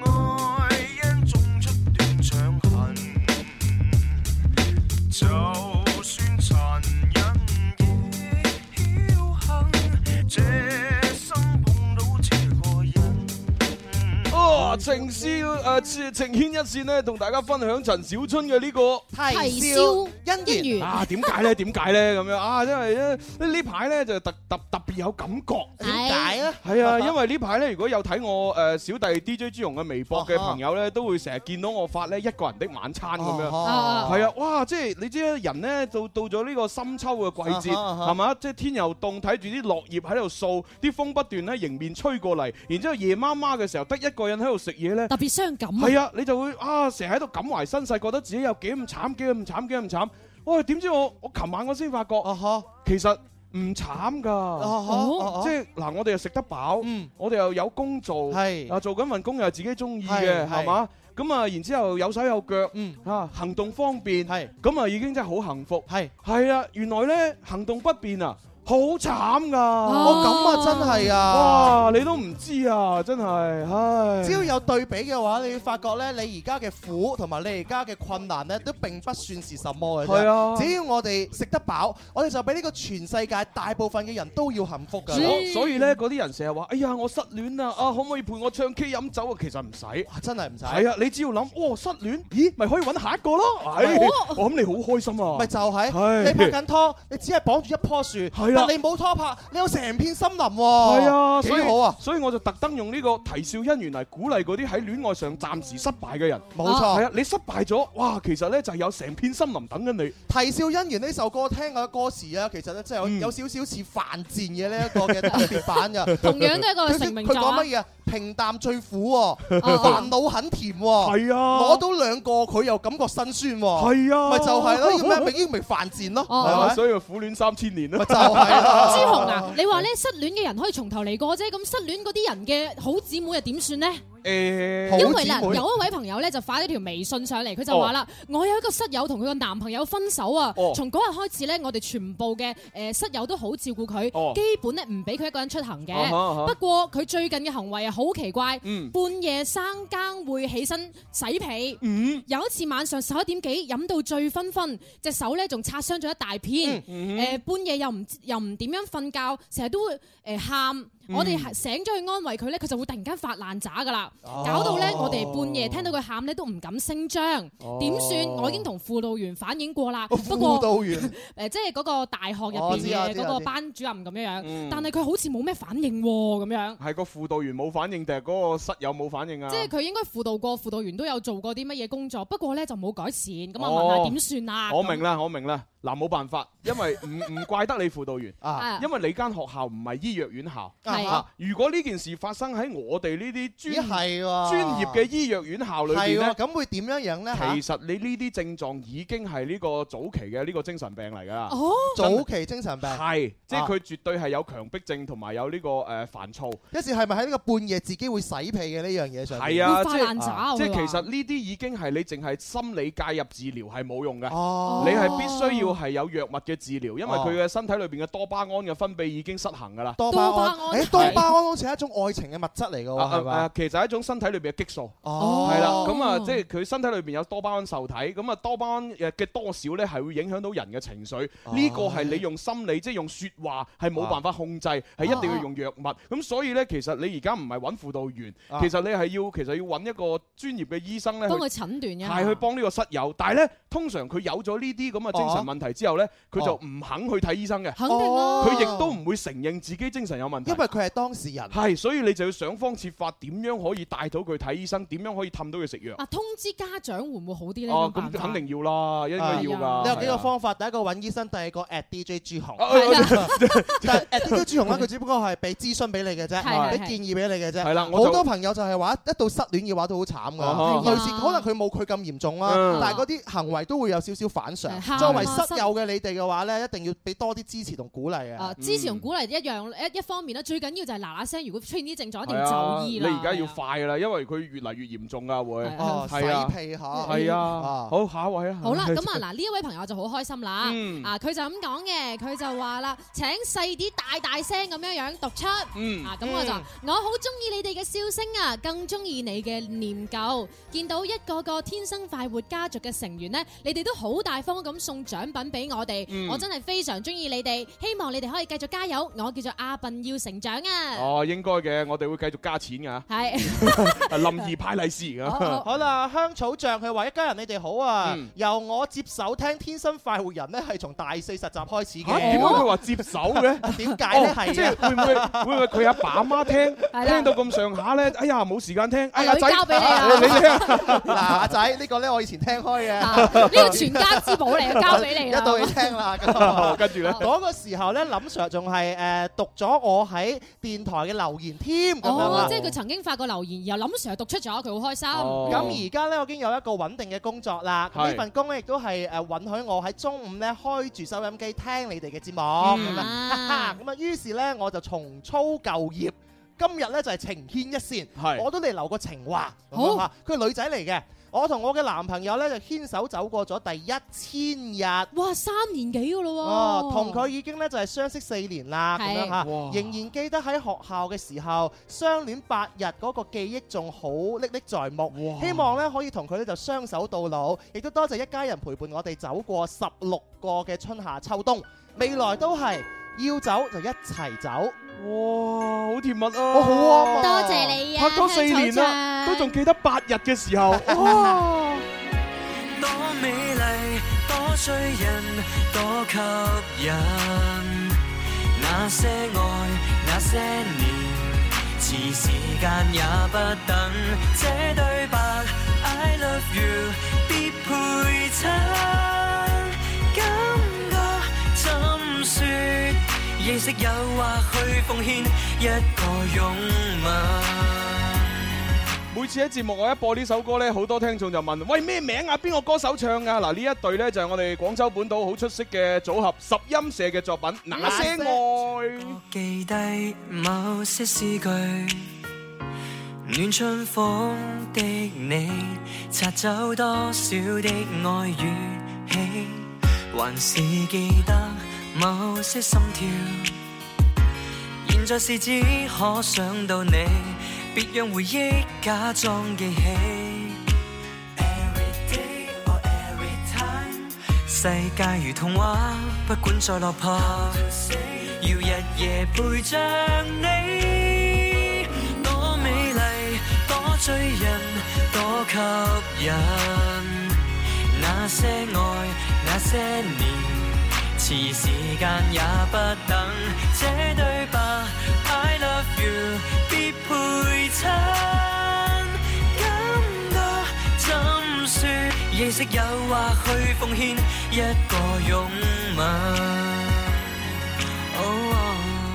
[SPEAKER 4] 愛因種出斷腸痕。就算殘忍亦僥倖，這生碰到這個人。
[SPEAKER 2] 哎嗱，情诗诶，情情牵一線咧，同大家分享陳小春嘅呢個
[SPEAKER 5] 啼笑姻緣
[SPEAKER 2] 啊，點解咧？點解咧？咁樣啊，因為咧呢排咧就特特特別有感覺。
[SPEAKER 5] 點解咧？
[SPEAKER 2] 係啊，因為呢排咧，如果有睇我誒小弟 DJ 朱容嘅微博嘅朋友咧，都會成日見到我發咧一個人的晚餐咁樣。
[SPEAKER 5] 啊哈
[SPEAKER 2] 係啊，哇！即係你知啦，人咧到到咗呢個深秋嘅季節，
[SPEAKER 5] 啊哈啊哈
[SPEAKER 2] 係嘛？即係天又凍，睇住啲落葉喺度掃，啲風不斷咧迎面吹過嚟，然之後夜媽媽嘅時候得一個人喺度食嘢咧，
[SPEAKER 3] 特別傷
[SPEAKER 5] 嗯
[SPEAKER 3] 感。
[SPEAKER 2] 係啊，你就會啊，成日喺度感懷身世，覺得自己有幾咁慘，幾咁慘，幾咁慘。喂，點知我我琴晚我先發覺，其實唔慘
[SPEAKER 5] 哦
[SPEAKER 2] 㗎，
[SPEAKER 5] 嗯
[SPEAKER 2] 即係嗱，我哋又食得飽，我哋又有工做，啊做緊份工又係自己中意嘅，
[SPEAKER 5] 係
[SPEAKER 2] 係嘛？咁啊，然之後有手有腳，
[SPEAKER 5] 嗯
[SPEAKER 2] 啊行動方便，咁啊已經真係好幸福，
[SPEAKER 5] 係
[SPEAKER 2] 係啊，原來咧行動不便啊，好慘㗎，
[SPEAKER 5] 哦咁啊真係啊
[SPEAKER 2] 哇你都唔知啊，真係，唉，
[SPEAKER 5] 只要有對比嘅話，你會發覺咧，你而家嘅苦同埋你而家嘅困難咧，都並不算是什麼嘅啫。
[SPEAKER 2] 係啊
[SPEAKER 5] 只要我哋食得飽，我哋就比呢個全世界大部分嘅人都要幸福㗎啦。
[SPEAKER 2] 所所以咧，嗰啲人成日話：哎呀，我失戀 啦，啊，可唔可以陪我唱 K 飲酒啊？其實唔使，
[SPEAKER 5] 真係唔使。
[SPEAKER 2] 係啊，你只要諗，哦，失戀，咦，咪可以揾下一個咯。唉
[SPEAKER 5] 哦
[SPEAKER 2] 我諗你好開心啊。
[SPEAKER 5] 咪就係、
[SPEAKER 2] 係
[SPEAKER 5] 你拍緊拖，你只係綁住一棵樹，
[SPEAKER 2] 係啊
[SPEAKER 5] 但你冇拖拍，你有成片森林喎、
[SPEAKER 2] 係啊，
[SPEAKER 5] 幾
[SPEAKER 2] 所以
[SPEAKER 5] 好啊！！
[SPEAKER 2] 所以我就特登用呢個啼笑姻緣嚟鼓勵嗰啲喺戀愛上暫時失敗嘅人。
[SPEAKER 5] 冇錯
[SPEAKER 2] 係啊，你失敗咗，哇，其實咧就係有成片森林等緊你。
[SPEAKER 5] 啼笑姻緣呢首歌聽嘅歌詞啊，其實咧真係有有少少似犯賤嘅呢一個嘅特別 版㗎。
[SPEAKER 2] 同樣都係一個成名
[SPEAKER 5] 佢
[SPEAKER 2] 作啊
[SPEAKER 5] 講乜嘢啊？平淡最苦喎，
[SPEAKER 2] 哦
[SPEAKER 5] 煩惱很甜喎。
[SPEAKER 2] 係啊
[SPEAKER 5] 攞到兩個佢又感覺辛酸喎。
[SPEAKER 2] 係啊哦
[SPEAKER 5] 咪就係咯，要 咩？咪要咪犯賤咯，係咪？
[SPEAKER 2] 所以咪苦戀三千年咯。
[SPEAKER 5] 就係啦
[SPEAKER 3] 朱紅啊，你話咧失戀嘅人可以從頭嚟過啫，咁失戀嗰啲人嘅好姊妹又點算呢？
[SPEAKER 2] 誒，
[SPEAKER 3] 因為嗱，有一位朋友咧就發咗條微信上嚟，佢就話啦：我有一個室友同佢個男朋友分手啊
[SPEAKER 2] 哦，
[SPEAKER 3] 從嗰日開始咧，我哋全部嘅誒室友都好照顧
[SPEAKER 2] 哦
[SPEAKER 3] 佢，基本咧唔俾佢一個人出行嘅
[SPEAKER 2] 啊哈啊哈。
[SPEAKER 3] 不過佢最近嘅行為啊好奇怪，
[SPEAKER 2] 嗯
[SPEAKER 3] 半夜三更會起身洗被
[SPEAKER 2] 嗯，
[SPEAKER 3] 有一次晚上十一點幾飲到醉醺醺，隻手咧仲擦傷咗一大片，
[SPEAKER 2] 嗯嗯
[SPEAKER 3] 誒半夜又唔又唔點樣瞓覺，成日都會誒喊。
[SPEAKER 2] 嗯
[SPEAKER 3] 我哋醒咗去安慰佢咧，佢就會突然間發爛渣噶啦，
[SPEAKER 2] 哦
[SPEAKER 3] 搞到咧我哋半夜聽到佢喊咧都唔敢聲張，
[SPEAKER 2] 哦
[SPEAKER 3] 點算？我已經同輔導員反映過啦，不
[SPEAKER 5] 輔
[SPEAKER 3] 過
[SPEAKER 5] 導員
[SPEAKER 3] 誒即係嗰個大學入
[SPEAKER 2] 我哦
[SPEAKER 3] 邊
[SPEAKER 2] 知我
[SPEAKER 3] 嘅
[SPEAKER 2] 知
[SPEAKER 3] 嗰
[SPEAKER 2] 我
[SPEAKER 3] 個
[SPEAKER 2] 知啊
[SPEAKER 3] 班主任咁樣
[SPEAKER 2] 嗯
[SPEAKER 3] 樣，但係佢好似冇咩反應喎咁樣。
[SPEAKER 2] 係個輔導員冇反應定係嗰個室友冇反應啊？
[SPEAKER 3] 即係佢應該輔導過，輔導員都有做過啲乜嘢工作，不過咧就冇改善，咁啊問
[SPEAKER 2] 哦
[SPEAKER 3] 下點算啊？
[SPEAKER 2] 我
[SPEAKER 3] 咁
[SPEAKER 2] 明啦，我明啦。嗱，冇辦法，因為唔 唔怪得你輔導員
[SPEAKER 3] 啊
[SPEAKER 2] 因為你間學校唔係醫藥院校。
[SPEAKER 5] 係
[SPEAKER 2] 啊如果呢件事發生喺我哋呢啲專
[SPEAKER 5] 咦係喎
[SPEAKER 2] 專業嘅醫藥院校裏
[SPEAKER 5] 係
[SPEAKER 2] 邊
[SPEAKER 5] 喎，
[SPEAKER 2] 咧。
[SPEAKER 5] 咁會點樣樣咧？
[SPEAKER 2] 其實你呢啲症狀已經係呢個早期嘅呢個精神病嚟㗎啦。
[SPEAKER 5] 哦
[SPEAKER 2] 真係
[SPEAKER 5] 早期精神病
[SPEAKER 2] 係，即
[SPEAKER 5] 啊哦
[SPEAKER 2] 係佢絕對係有強迫症同埋有呢個誒煩躁。
[SPEAKER 5] 一時係咪喺呢個半夜自己會洗屁嘅呢樣嘢上面？
[SPEAKER 2] 係啊，
[SPEAKER 5] 會
[SPEAKER 2] 即
[SPEAKER 5] 發爛渣
[SPEAKER 2] 係
[SPEAKER 5] 啊
[SPEAKER 2] 即係
[SPEAKER 5] 佢話
[SPEAKER 2] 其實呢啲已經係你淨係心理介入治療係冇用嘅，
[SPEAKER 5] 哦
[SPEAKER 2] 你係必須要係有藥物嘅治療，因為
[SPEAKER 5] 哦
[SPEAKER 2] 佢嘅身體裏邊嘅多巴胺嘅分泌已經失衡㗎啦。
[SPEAKER 5] 多巴胺，誒多巴胺好似係一種愛情嘅物質嚟
[SPEAKER 2] 啊
[SPEAKER 5] 嘅喎，
[SPEAKER 2] 啊
[SPEAKER 5] 係
[SPEAKER 2] 啊
[SPEAKER 5] 咪？
[SPEAKER 2] 其實係一種身體裏邊嘅激素，
[SPEAKER 5] 哦
[SPEAKER 2] 係啦，咁啊，即係佢身體裏邊有多巴胺受體，咁啊多巴胺誒嘅多少咧係會影響到人嘅情緒，
[SPEAKER 5] 哦
[SPEAKER 2] 呢個係你用心理即係用説話係冇辦法控制，
[SPEAKER 5] 啊
[SPEAKER 2] 係一定要用藥物，咁所以咧其實你而家唔係揾輔導員，
[SPEAKER 3] 啊
[SPEAKER 2] 其實你係要其實要揾一個專業嘅醫生咧
[SPEAKER 3] 幫
[SPEAKER 5] 啊
[SPEAKER 3] 佢診斷一
[SPEAKER 2] 係去幫呢個室友，但係咧，通常佢有咗呢啲咁嘅精
[SPEAKER 5] 哦
[SPEAKER 2] 神問題之後咧，佢就唔肯去睇醫生嘅。
[SPEAKER 5] 肯定啦
[SPEAKER 2] 哦佢亦都唔會承認自己精神有問題。
[SPEAKER 5] 哦因為佢係當事人。
[SPEAKER 2] 係，所以你就要想方設法點樣可以帶到佢睇醫生，點樣可以氹到佢食藥。
[SPEAKER 3] 啊通知家長會唔會好啲呢？
[SPEAKER 2] 哦，
[SPEAKER 3] 咁
[SPEAKER 2] 咁肯定要啦，應該要
[SPEAKER 5] 啊你有
[SPEAKER 2] 㗎。啊
[SPEAKER 5] 幾個方法？第一個揾醫生，第二個 at DJ 朱紅。
[SPEAKER 2] 係
[SPEAKER 5] 但係 at DJ 朱紅咧，佢只不過係俾諮詢俾你嘅
[SPEAKER 2] 係係
[SPEAKER 5] 啫，俾建議俾你嘅啫。
[SPEAKER 2] 係啦我就
[SPEAKER 5] 好多朋友就係話一到失戀嘅話都好慘
[SPEAKER 2] 啊
[SPEAKER 5] 㗎，
[SPEAKER 2] 哈
[SPEAKER 5] 類似可能佢冇佢咁嚴重
[SPEAKER 2] 嗯
[SPEAKER 5] 啦，但係嗰啲行為都會有少少反常
[SPEAKER 3] 係。
[SPEAKER 5] 作為室友嘅你哋嘅話咧，一定要俾多啲支持同鼓勵
[SPEAKER 3] 啊
[SPEAKER 5] 嘅。
[SPEAKER 2] 嗯
[SPEAKER 3] 支持同鼓勵一樣，一一方面啦，最緊要就係嗱嗱聲，如果出現啲症狀一定
[SPEAKER 2] 係
[SPEAKER 3] 要
[SPEAKER 2] 啊
[SPEAKER 3] 就醫
[SPEAKER 2] 你
[SPEAKER 3] 啦。
[SPEAKER 2] 而家要快㗎啦，因為佢越嚟越嚴重㗎會。
[SPEAKER 5] 哦
[SPEAKER 2] 係啊
[SPEAKER 5] 洗屁下
[SPEAKER 2] 係啊，好下一位啊。
[SPEAKER 3] 好啦，咁 啊嗱，呢一位朋友就好開心啦
[SPEAKER 2] 嗯，
[SPEAKER 3] 啊佢就咁講嘅，佢就話啦，請細啲大大聲咁樣樣讀出，
[SPEAKER 2] 嗯
[SPEAKER 3] 啊咁我就話我好中意你哋嘅笑聲啊，更中意你嘅念舊，見到一個個天生快活家族嘅成員呢，你哋都好大方咁送獎品品俾我哋，
[SPEAKER 2] 嗯
[SPEAKER 3] 我真係非常中意你哋，希望你哋可以繼續加油。我叫做阿笨要成長啊，
[SPEAKER 2] 哦，應該嘅，我哋會繼續加 錢㗎。 啊
[SPEAKER 3] 係。
[SPEAKER 2] 林兒派利是㗎。
[SPEAKER 5] 好啦，香草醬佢話一家人你哋好啊
[SPEAKER 2] 嗯，
[SPEAKER 5] 由我接手聽《天生快活人》呢，係從大四實習開始
[SPEAKER 2] 嚇
[SPEAKER 5] 嘅。
[SPEAKER 2] 點解佢話接手嘅？
[SPEAKER 5] 點解呢
[SPEAKER 2] 哦
[SPEAKER 5] 係啊
[SPEAKER 2] 即係會唔會會唔會佢阿爸阿媽聽
[SPEAKER 5] 係啦
[SPEAKER 2] 聽到咁上下咧？哎呀，冇時間聽，哎呀
[SPEAKER 5] 女
[SPEAKER 2] 仔，
[SPEAKER 5] 交俾你啊
[SPEAKER 2] 你聽啊
[SPEAKER 5] 嗱，阿仔呢個呢，我以前聽開嘅，
[SPEAKER 2] 啊呢個全
[SPEAKER 3] 家之寶 嚟嘅交俾你啦
[SPEAKER 5] 一到你聽啦。
[SPEAKER 2] 哦跟住咧
[SPEAKER 5] 嗰個時候呢，林 Sir 仲係誒讀咗我喺電台嘅留言添，咁樣啊
[SPEAKER 3] 哦
[SPEAKER 5] 啦，
[SPEAKER 3] 即係佢曾經發過留言，然後林 Sir 讀出咗，佢好開心。
[SPEAKER 5] 咁而家咧，我已經有一個穩定嘅工作啦。咁呢
[SPEAKER 3] 係
[SPEAKER 5] 份工咧，亦都係誒允許我喺中午咧開住收音機聽你哋嘅節目
[SPEAKER 3] 嗯
[SPEAKER 5] 咁啊。咁啊，於是咧我就重操舊業。今日咧就係情牽一線，我都嚟留個情話。咁樣啊佢係女仔嚟嘅。我同我嘅男朋友咧就牽手走過咗第一千日。
[SPEAKER 3] 哇，三年幾噶咯
[SPEAKER 5] 哦
[SPEAKER 3] 喎！，
[SPEAKER 5] 同佢已經咧就係相識四年啦，咁
[SPEAKER 3] 係
[SPEAKER 5] 樣嚇，
[SPEAKER 3] 哇
[SPEAKER 5] 仍然記得喺學校嘅時候相戀八日嗰個記憶仲好歷歷在目。希望咧可以同佢咧就雙手到老，亦都多謝一家人陪伴我哋走過十六個嘅春夏秋冬，未來都係要走就一齊走。
[SPEAKER 2] 哇，好甜蜜啊！
[SPEAKER 5] 我好啱啊！
[SPEAKER 3] 多謝你啊
[SPEAKER 2] 拍拖四年啦，都仲記得八日嘅時候， 哇！
[SPEAKER 4] 多美麗，多醉人，多吸引。那些愛，那些年，似時間也不等。這對白，I love you，必配襯。感覺怎說？認識誘惑去奉獻一個擁吻。
[SPEAKER 2] 每次喺節目我一播呢首歌咧，好多聽眾就問：喂咩名啊？邊個歌手唱噶？嗱呢一隊咧就係我哋廣州本島好出色嘅組合十音社嘅作品《那些愛》。
[SPEAKER 4] 記低某些詩句，暖春風的你，擦走多少的愛與喜，還是記得某些心跳。現在是只可想到你，別讓回憶假裝記起。Every day or every time，世界如童話，不管再落魄，要日夜陪着你。多美麗，多醉人，多吸引。那些愛，那些年。似時間也不等，這對白 I love you 必配襯，感覺怎說？認識誘惑去奉獻一個擁吻。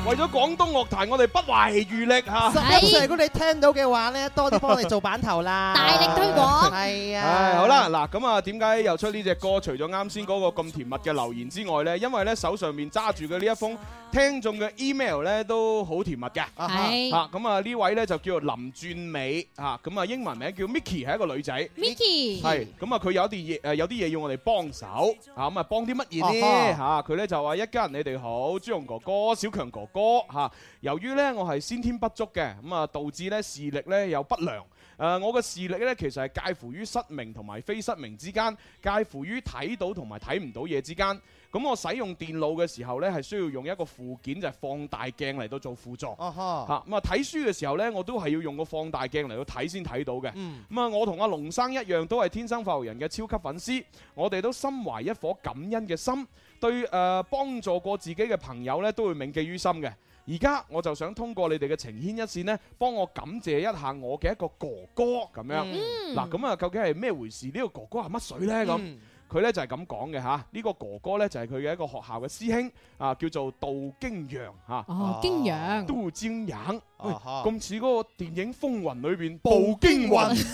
[SPEAKER 2] 為咗廣東樂壇，我哋不遺餘力嚇。
[SPEAKER 5] 十一歲，如果你聽到嘅話咧，多啲幫我哋做版頭啦，大力推廣。係
[SPEAKER 2] 唉，
[SPEAKER 5] 啊，
[SPEAKER 2] 好。啦，嗱咁啊，點解又出呢只歌？除咗啱先嗰個咁甜蜜嘅留言之外呢，因為呢手上面揸住嘅呢一封聽眾嘅 email 呢，都好甜蜜嘅。
[SPEAKER 3] 係
[SPEAKER 2] 嚇咁啊，呢位呢就叫做林轉美嚇，咁啊英文名叫 Micky，係一個女仔。
[SPEAKER 3] Micky
[SPEAKER 2] 係咁啊，佢有啲嘢誒，有啲嘢要我哋幫手嚇，咁啊幫啲乜嘢
[SPEAKER 5] 啊
[SPEAKER 2] 呢？嚇？佢呢就話一家人你哋好，朱紅哥哥、小強哥哥嚇。由於呢我係先天不足嘅，咁啊導致呢視力呢有不良。誒、我嘅視力呢，其實係介乎於失明同埋非失明之間，介乎於睇到同埋睇唔到嘢之間。咁我使用電腦嘅時候呢，係需要用一個附件就係、放大鏡嚟到做輔助。
[SPEAKER 5] 哦呵
[SPEAKER 2] 嚇咁啊睇書嘅時候呢，我都係要用個放大鏡嚟到睇先睇到嘅。咁啊、
[SPEAKER 5] 嗯
[SPEAKER 2] 我同阿龍生一樣，都係天生快活人嘅超級粉絲，我哋都心懷一顆感恩嘅心，對誒、呃、幫助過自己嘅朋友呢，都會銘記於心嘅。而家我就想通過你哋嘅情牽一線呢，幫我感謝一下我嘅一個哥哥咁樣。
[SPEAKER 14] 嗯
[SPEAKER 2] 嗱、咁啊，究竟係咩回事？呢、個哥哥係乜水呢？咁、
[SPEAKER 14] 嗯
[SPEAKER 2] 佢呢就係咁講嘅嚇，呢、個哥哥呢，就係佢嘅一個學校嘅師兄啊，叫做杜京陽嚇。
[SPEAKER 3] 哦京陽
[SPEAKER 2] 杜京陽，喂
[SPEAKER 5] 啊哈
[SPEAKER 2] 咁似嗰個電影《風雲》裏邊步驚雲。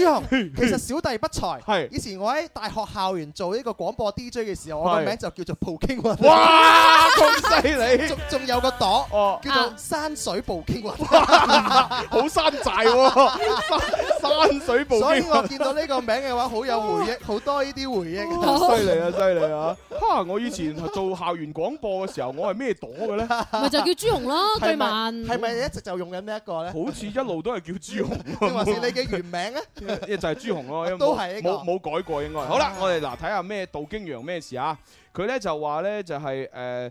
[SPEAKER 5] 紅，其實小弟不才，
[SPEAKER 2] 係
[SPEAKER 5] 以前我喺大學校園做呢個廣播 DJ 嘅時候，我個
[SPEAKER 2] 係
[SPEAKER 5] 名就叫做步驚雲。
[SPEAKER 2] 哇咁犀利
[SPEAKER 5] 仲仲有個檔叫
[SPEAKER 2] 啊
[SPEAKER 5] 做山水步驚雲，
[SPEAKER 2] 好山寨喎，山山水步驚雲
[SPEAKER 5] 所以我見到呢個名嘅話，好有回憶，好多呢啲回憶。
[SPEAKER 2] 犀利啊，犀利啊！哈，我以前做校園廣播嘅時候，我係咩朵嘅咧？
[SPEAKER 3] 咪就叫朱紅咯，據
[SPEAKER 2] 係咪
[SPEAKER 3] 飯
[SPEAKER 5] 係咪一直就用緊呢一個咧？
[SPEAKER 2] 好似一路都係叫朱紅，
[SPEAKER 5] 定還是你嘅原名啊咧？
[SPEAKER 2] 一就係朱 紅咯，因為
[SPEAKER 5] 都
[SPEAKER 2] 冇
[SPEAKER 5] 係呢個
[SPEAKER 2] 冇冇改過應該。好啦，我哋嗱睇下咩杜經陽咩事啊？佢咧就話咧就係誒誒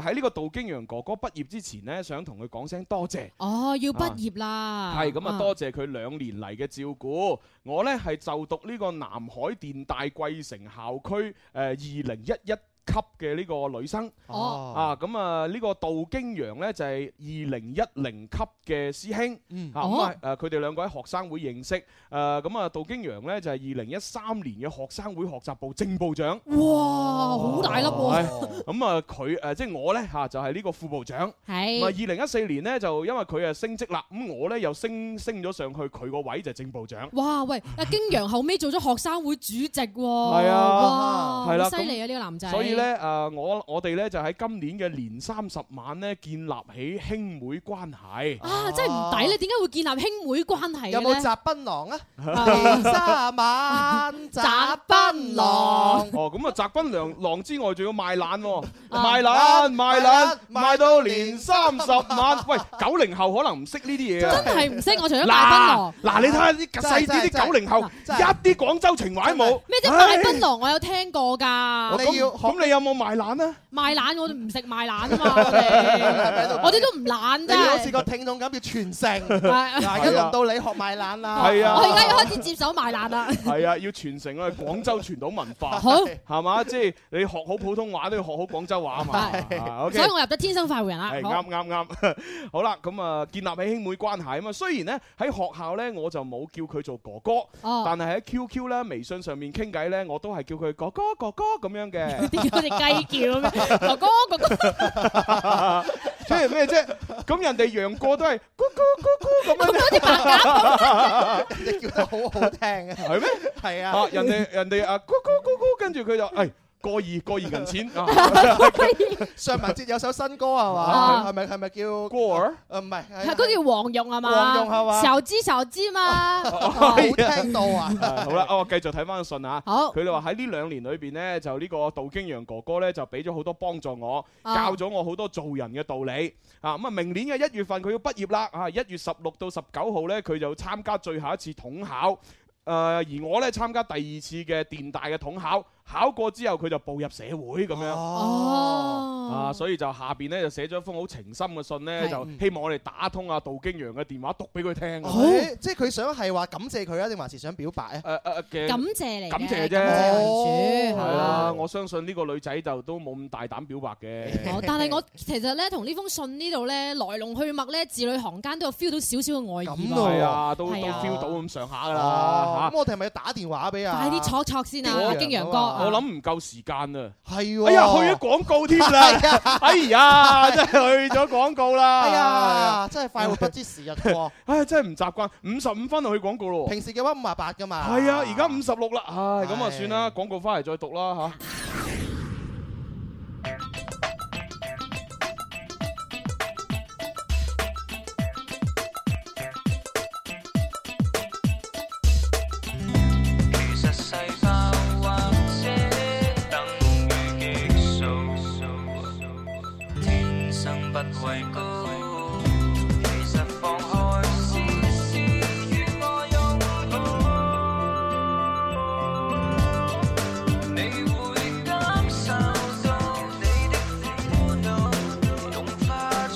[SPEAKER 2] 喺呢個杜經陽哥哥畢業之前咧，想同佢講聲多謝。
[SPEAKER 3] 哦，要畢業啦。
[SPEAKER 2] 係咁啊，多謝佢兩年嚟嘅照顧。我呢係就讀呢個南海電大貴城校區誒呃二零一一級嘅呢個女生。
[SPEAKER 14] 哦
[SPEAKER 2] 啊咁啊，呢個杜經陽呢就係二零一零級嘅師兄。
[SPEAKER 14] 嗯
[SPEAKER 2] 啊咁啊誒，佢哋兩個喺學生會認識。誒咁啊，杜經陽呢就係二零一三年嘅學生會學習部正部長。
[SPEAKER 3] 哇，好大粒
[SPEAKER 2] 係
[SPEAKER 3] 喎！
[SPEAKER 2] 咁啊，佢誒即係我咧嚇就係呢個副部長。
[SPEAKER 3] 係
[SPEAKER 2] 咁啊，二零一四年咧就因為佢啊升職啦，咁我咧又升升咗上去，佢個位就係正部長。
[SPEAKER 3] 哇，喂，阿經陽後尾做咗學生會主席喎。
[SPEAKER 2] 係啊
[SPEAKER 3] 哇，
[SPEAKER 2] 係啦
[SPEAKER 3] 好犀利啊！
[SPEAKER 2] 咁
[SPEAKER 3] 呢個男仔。
[SPEAKER 2] 所以咧，誒我我哋咧就喺今年嘅年三十晚咧建立起兄妹關係。
[SPEAKER 3] 啊，真係唔抵咧，點解會建立兄妹關係嘅咧
[SPEAKER 5] 有冇摘檳榔啊？
[SPEAKER 2] 啊
[SPEAKER 5] 三晚摘 檳榔。
[SPEAKER 2] 哦，咁啊，摘檳榔郎之外，仲要賣懶喎，
[SPEAKER 5] 啊
[SPEAKER 2] 賣懶賣懶
[SPEAKER 5] 賣
[SPEAKER 2] 賣到年三十晚。喂，九零後可能唔識呢啲嘢啊，
[SPEAKER 3] 真係唔識我除咗賣檳
[SPEAKER 2] 嗱
[SPEAKER 3] 榔
[SPEAKER 2] 嗱，你睇下啲細啲
[SPEAKER 3] 真係真係
[SPEAKER 2] 啲九零後，一啲廣州情懷都冇。
[SPEAKER 3] 咩啫？
[SPEAKER 2] 唉
[SPEAKER 3] 賣檳榔我有聽過㗎。
[SPEAKER 2] 咁咁你有冇賣懶啊？
[SPEAKER 3] 賣懶我哋唔食賣懶啊 嘛，我哋我哋都唔懶
[SPEAKER 5] 你好似
[SPEAKER 3] 啫。
[SPEAKER 5] 個聽眾咁要傳承，
[SPEAKER 3] 係
[SPEAKER 2] 啊
[SPEAKER 5] 嗱，一輪到你學賣懶啦，
[SPEAKER 2] 係啊
[SPEAKER 3] 我而家要開始接手賣懶啦。
[SPEAKER 2] 係啊，要傳承我哋廣州傳統文化，
[SPEAKER 3] 好
[SPEAKER 2] 係嘛？即係你學好普通話都要學好廣州話啊嘛。啊，OK
[SPEAKER 3] 所以我入得天生快活人啦。
[SPEAKER 2] 係
[SPEAKER 3] 啊好
[SPEAKER 2] 啱啱啱， 好啦，咁啊建立起兄妹關係啊嘛。雖然咧喺學校咧我就冇叫佢做哥哥，
[SPEAKER 3] 哦
[SPEAKER 2] 但係喺 QQ 咧、微信上面傾偈咧，我都係叫佢哥哥哥哥咁樣嘅。
[SPEAKER 3] 點解好似雞叫 咁樣？哥哥哥哥，
[SPEAKER 2] 即係咩啫？咁人哋楊過都係咕咕咕咕咁 樣。
[SPEAKER 5] 你叫得好好聽嘅，
[SPEAKER 2] 係咩？
[SPEAKER 5] 係
[SPEAKER 2] 啊
[SPEAKER 5] 啊，，
[SPEAKER 2] 人哋人哋啊咕咕咕咕，跟住佢就誒過二過二銀錢啊。
[SPEAKER 5] 上文節有首新歌係嘛？
[SPEAKER 3] 啊
[SPEAKER 5] 係咪係咪叫
[SPEAKER 2] 歌兒？
[SPEAKER 5] 誒唔係，啊係
[SPEAKER 3] 係嗰個叫黃蓉係嘛？
[SPEAKER 5] 黃蓉係嘛
[SPEAKER 3] 小知小知嘛。
[SPEAKER 2] 哦
[SPEAKER 5] 好聽到啊！
[SPEAKER 2] 好啦，哦我繼續睇翻信啊。
[SPEAKER 3] 好
[SPEAKER 2] 佢哋話喺呢兩年裏邊呢，就呢個杜經陽哥哥呢，就俾咗好多幫助我，
[SPEAKER 3] 啊
[SPEAKER 2] 教咗我好多做人嘅道理啊。咁啊，明年嘅一月份佢要畢業啦，啊，一月十六到十九號呢，佢就參加最後一次統考。誒、而我呢，參加第二次嘅電大嘅統考，考過之後佢就步入社會咁
[SPEAKER 3] 哦
[SPEAKER 2] 樣。啊，所以就下邊呢，就寫咗一封好情深嘅信呢，
[SPEAKER 5] 係
[SPEAKER 2] 就
[SPEAKER 3] 嗯
[SPEAKER 2] 希望我哋打通啊杜經陽嘅電話，讀俾佢聽。
[SPEAKER 5] 誒即係佢想係話感謝佢啊，定還是想表白啊？
[SPEAKER 2] 誒誒嘅
[SPEAKER 3] 感謝嚟嘅
[SPEAKER 2] 感謝啫，哦
[SPEAKER 3] 感謝為主
[SPEAKER 2] 係
[SPEAKER 3] 係
[SPEAKER 2] 啦，
[SPEAKER 3] 嘛
[SPEAKER 2] 我相信呢個女仔就都冇咁大膽表白
[SPEAKER 3] 哦
[SPEAKER 2] 嘅。
[SPEAKER 3] 但 係我其實咧，同呢封信呢度咧，來龍去脈咧，字裏行間都有 feel 到少少嘅愛意喎。
[SPEAKER 2] 係啊，都都
[SPEAKER 3] 係啊
[SPEAKER 2] feel 到咁上下噶
[SPEAKER 5] 哦
[SPEAKER 2] 啦
[SPEAKER 5] 咁我哋係咪要打電話俾啊？
[SPEAKER 3] 快啲戳戳先啊，
[SPEAKER 2] 我
[SPEAKER 3] 阿經陽哥。
[SPEAKER 2] 我諗唔夠時間啊。
[SPEAKER 5] 係喎，
[SPEAKER 2] 哎呀，去咗廣告添 啦！哎呀，真係去咗廣告啦！
[SPEAKER 5] 哎呀，真係快活不知時日 過。
[SPEAKER 2] 唉，真係唔習慣，五十五分就去廣告咯。
[SPEAKER 5] 平時嘅話五廿八噶嘛。
[SPEAKER 2] 係啊，而家五十六啦，唉，咁啊算啦，廣告翻嚟再讀啦吓。
[SPEAKER 15] 其實細胞或者等於激素，天生不畏高。其實放開試試，與我擁抱，你會感受到你的苦惱融化咗，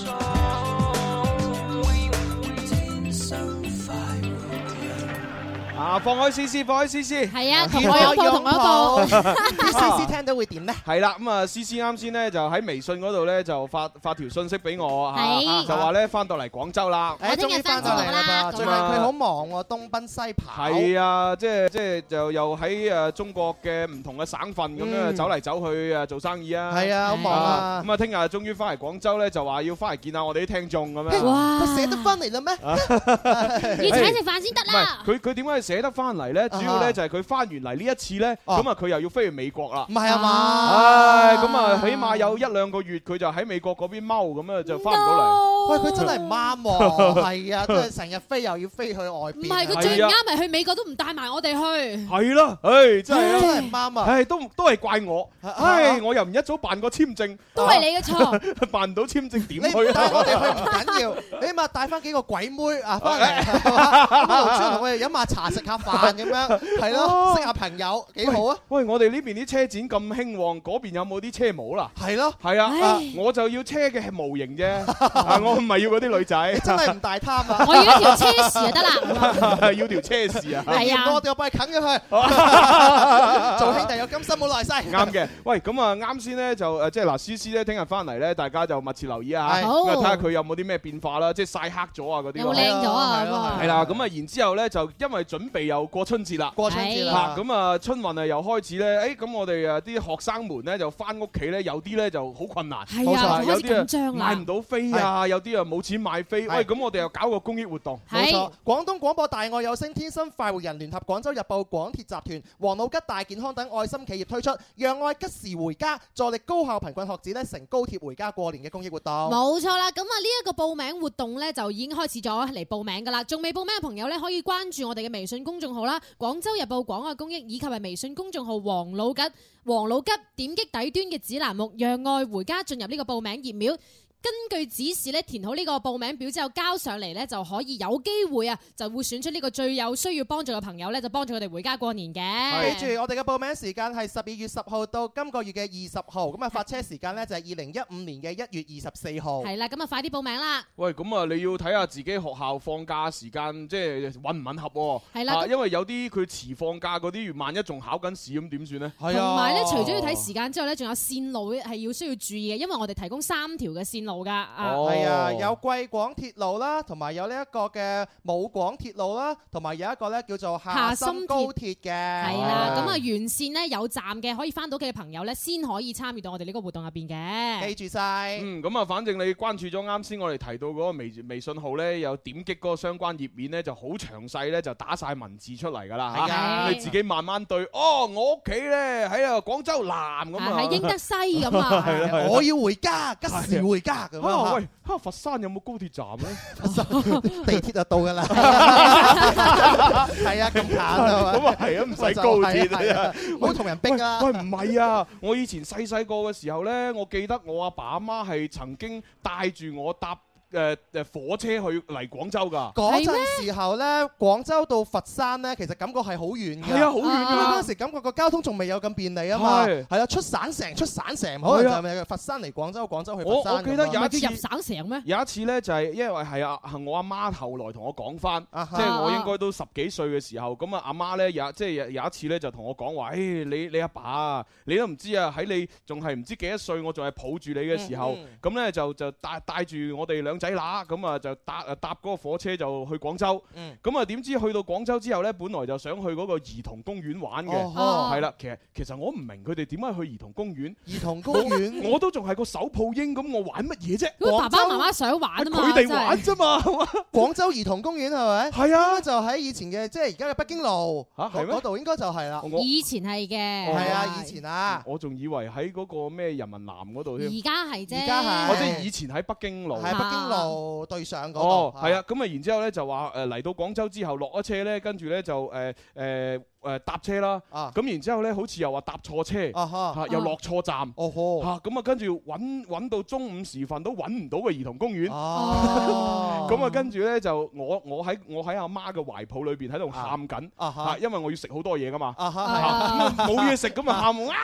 [SPEAKER 15] 天生快活人。
[SPEAKER 2] 啊，放開思思，放開思思。
[SPEAKER 3] 係啊，同我有報，同我有 報。
[SPEAKER 5] 啲 C C 聽到會點咧？
[SPEAKER 2] 係啦，咁啊，C C 啱先咧就喺微信嗰度咧就發發條信息俾我
[SPEAKER 5] 係
[SPEAKER 2] 嚇，就話咧翻到嚟廣州啦。
[SPEAKER 5] 誒，終於翻到嚟啦噃，最近佢好忙喎，東奔西跑。
[SPEAKER 2] 係啊，即係即係就又喺誒中國嘅唔同嘅省份咁樣
[SPEAKER 5] 嗯
[SPEAKER 2] 走嚟走去誒做生意啊。
[SPEAKER 5] 係啊好忙啊
[SPEAKER 2] 咁啊，聽日終於翻嚟廣州咧，就話要翻嚟見下我哋啲聽眾咁樣。
[SPEAKER 5] 佢捨得翻嚟啦咩？
[SPEAKER 2] 啊！要
[SPEAKER 5] 請
[SPEAKER 3] 食飯先得
[SPEAKER 2] 唔係佢佢點解寫得翻嚟咧，主要
[SPEAKER 5] 啊
[SPEAKER 2] 咧就係佢翻完嚟呢一次咧，咁啊佢又要飛去美國啦。
[SPEAKER 5] 唔係啊嘛
[SPEAKER 2] 唉，咁啊，起碼有一兩個月佢就喺美國嗰邊踎，咁啊就翻唔到嚟。
[SPEAKER 5] 喂，佢真係唔啱喎，係啊，真係成日飛又要飛去外邊。啊唔
[SPEAKER 3] 唔係佢最唔啱，咪去美國都唔帶埋我哋去。
[SPEAKER 2] 係啦，唉，真係啊
[SPEAKER 5] 真係唔啱啊
[SPEAKER 2] 唉，都都係怪我，唉，我又唔一早辦個簽證，
[SPEAKER 3] 都係你嘅
[SPEAKER 2] 錯， 辦唔到簽證點去
[SPEAKER 5] 你
[SPEAKER 2] 啊？
[SPEAKER 5] 帶我哋去唔緊要，你起碼帶翻幾個鬼妹啊翻嚟，係嘛咁啊，盧超同我哋飲下茶食下飯咁樣，係咯，識下朋友幾好啊！
[SPEAKER 2] 喂！喂，我哋呢邊啲車展咁興旺，嗰邊有冇啲車模啦？
[SPEAKER 5] 係咯，
[SPEAKER 2] 係啊
[SPEAKER 5] 唉
[SPEAKER 2] 啊，我就要車嘅模型啫，啊我唔係要嗰啲女仔。
[SPEAKER 5] 真係唔大貪啊！
[SPEAKER 3] 我要一條車匙就得啦。
[SPEAKER 2] 啦，要條車匙啊！
[SPEAKER 5] 你嫌多，我哋我幫你啃咗 佢。做兄弟有今生冇來世。
[SPEAKER 2] 啱嘅，喂，咁啊，啱先咧就誒，即係嗱，C C 咧，聽日翻嚟咧，大家就密切留意啊，
[SPEAKER 5] 係
[SPEAKER 2] 嚇
[SPEAKER 5] 好
[SPEAKER 2] 咁啊睇下佢有冇啲咩變化啦，即係曬黑咗啊嗰啲，
[SPEAKER 5] 有冇靚咗啊係咯係咯
[SPEAKER 2] 係啦，咁啊，然之後咧就因為準備又過春節啦，
[SPEAKER 5] 過春節啦
[SPEAKER 2] 嚇咁啊，春運啊又開始咧，誒，咁我哋誒啊啲學生們咧就翻屋企咧，有啲咧就好困難，
[SPEAKER 3] 係啊
[SPEAKER 2] 冇錯有
[SPEAKER 3] 開始緊張
[SPEAKER 2] 啲啊
[SPEAKER 3] 啦
[SPEAKER 2] 買唔到飛啊，有啲啊冇錢買飛，喂，咁我哋又搞個公益活動，
[SPEAKER 5] 冇錯，廣東廣播大愛有聲天生快活人聯合廣州日報、廣鐵集團、黃老吉大健康等愛心企業推出「讓愛吉時回家」，助力高校貧困學子咧乘高鐵回家過年嘅公益活動。
[SPEAKER 3] 冇錯啦，咁啊呢一個報名活動呢，就已經開始咗嚟報名噶啦，仲未報名嘅朋友呢，可以關注我哋嘅微信公眾號啦，廣州日報廣愛公益以及係微信公眾號黃老吉，黃老吉點擊底端嘅指欄目，讓愛回家進入呢個報名頁表。根據指示咧，填好呢個報名表之後交上嚟呢，就可以有機會啊，就會選出呢個最有需要幫助嘅朋友呢，就幫助佢哋回家過年嘅。
[SPEAKER 5] 記住，我哋嘅報名時間係十二月十號到今個月嘅二十號，咁啊發車時間呢就係二零一五年嘅一月二十四號。
[SPEAKER 3] 係啦，咁啊快啲報名啦！
[SPEAKER 2] 喂，咁啊，你要睇下自己學校放假時間，即係吻唔吻合喎？
[SPEAKER 3] 係啦
[SPEAKER 2] 啊
[SPEAKER 3] 咁
[SPEAKER 2] 因為有啲佢遲放假嗰啲，萬一仲考緊試咁點算呢？
[SPEAKER 5] 係
[SPEAKER 3] 同埋咧，除咗要睇時間之外咧，仲有線路係要需要注意嘅，因為我哋提供三條嘅線路㗎。啊
[SPEAKER 2] 哦
[SPEAKER 5] 係啊，有貴廣鐵路啦，同埋有呢一個嘅武廣鐵路啦，同埋有一個咧叫做下
[SPEAKER 3] 下深
[SPEAKER 5] 深
[SPEAKER 3] 鐵
[SPEAKER 5] 高鐵嘅。
[SPEAKER 3] 係
[SPEAKER 5] 係
[SPEAKER 3] 啦，咁
[SPEAKER 2] 哦
[SPEAKER 3] 啊，沿線咧有站嘅，可以翻到屋企嘅朋友咧，先可以參與到我哋呢個活動入邊嘅。
[SPEAKER 5] 啊記住晒。
[SPEAKER 2] 嗯，咁啊，反正你關注咗啱先我哋提到嗰個微微信號呢，有點擊嗰個相關頁面呢，就好詳細呢，就打晒文字出嚟㗎啦
[SPEAKER 3] 係㗎啊
[SPEAKER 2] 嚇你自己慢慢對。哦，我屋企呢，喺啊廣州南咁
[SPEAKER 3] 啊
[SPEAKER 2] 啊，
[SPEAKER 3] 喺英德西咁啊
[SPEAKER 2] 係啦係啦
[SPEAKER 5] 我要回家，吉時回家咁樣
[SPEAKER 2] 啊
[SPEAKER 5] 嚇
[SPEAKER 2] 喂，嚇佛山有冇高鐵站呢？
[SPEAKER 5] 地鐵就到㗎 啦。係啊，咁近啊嘛
[SPEAKER 2] 咁啊係啊，唔使高鐵
[SPEAKER 5] 係
[SPEAKER 2] 啊
[SPEAKER 5] 啊，唔好同人逼啦。
[SPEAKER 2] 喂，唔係啊！我以前細細個嘅時候呢，我記得我阿爸阿媽係曾經帶住我搭誒誒火車去嚟廣州㗎。
[SPEAKER 5] 嗰陣時候咧，廣州到佛山咧，其實感覺係好遠㗎。
[SPEAKER 2] 係啊好遠㗎
[SPEAKER 5] 因為嗰陣時感覺個交通仲未有咁便利啊嘛。
[SPEAKER 2] 係
[SPEAKER 5] 係啊，出省城，出省城，可能就係佛山嚟廣州，廣州去
[SPEAKER 2] 我
[SPEAKER 5] 佛山咁
[SPEAKER 2] 我
[SPEAKER 5] 樣。
[SPEAKER 2] 記得有一次
[SPEAKER 3] 省城咩？
[SPEAKER 2] 有一次呢，就係因為係啊，係我阿媽後來同我講翻，
[SPEAKER 5] 啊哈
[SPEAKER 2] 即係我應該都十幾歲嘅時候，咁啊阿媽呢，有即係有有一次呢，就同我講話，誒你你阿爸啊，你都唔知啊，喺你仲係唔知幾多歲，我仲係抱住你嘅時候
[SPEAKER 5] 嗯，
[SPEAKER 2] 咁呢，就就帶帶住我哋兩仔乸，咁啊就搭啊搭嗰個火車就去廣州。
[SPEAKER 5] 嗯
[SPEAKER 2] 咁啊，點知去到廣州之後呢，本來就想去嗰個兒童公園玩嘅，
[SPEAKER 5] 哦
[SPEAKER 2] 係啦。其實其實我唔明佢哋點解去兒童公園。
[SPEAKER 5] 兒童公園
[SPEAKER 2] 我我都仲係個手抱嬰咁，我玩乜嘢啫？
[SPEAKER 3] 咁爸爸媽媽想玩啊嘛，
[SPEAKER 2] 佢哋
[SPEAKER 3] 真係
[SPEAKER 2] 玩啫 嘛。
[SPEAKER 5] 廣州兒童公園係咪？係啊，就喺以前嘅，即係而家嘅北京路
[SPEAKER 2] 嚇係咩哦
[SPEAKER 5] 嗰度應該就係啦。
[SPEAKER 3] 以前係嘅，
[SPEAKER 5] 係啊，以前啊，
[SPEAKER 2] 我仲以為喺嗰個咩人民南嗰度添。
[SPEAKER 3] 而家係啫，
[SPEAKER 5] 而家係
[SPEAKER 2] 我即係以前喺北京路。
[SPEAKER 5] 啊喺北京路對上嗰
[SPEAKER 2] 哦
[SPEAKER 5] 度。，
[SPEAKER 2] 係啊，咁啊，然之後咧就話誒嚟到廣州之後落咗車咧，跟住咧就誒誒誒搭車啦，咁然之後咧好似又話搭錯車，
[SPEAKER 5] 啊哈
[SPEAKER 2] 嚇又落錯站，嚇
[SPEAKER 5] 哦
[SPEAKER 2] 咁啊，跟住揾揾到中午時分都揾唔到個兒童公
[SPEAKER 5] 啊
[SPEAKER 2] 園，
[SPEAKER 5] 哦
[SPEAKER 2] 咁啊，跟住咧就我我喺我喺阿媽嘅懷抱裏邊喺度喊緊，
[SPEAKER 5] 啊哈
[SPEAKER 2] 嚇因為我要食好多嘢噶嘛，嚇
[SPEAKER 5] 啊哈
[SPEAKER 2] 咁
[SPEAKER 3] 哦
[SPEAKER 2] 啊 冇嘢食咁啊喊啊！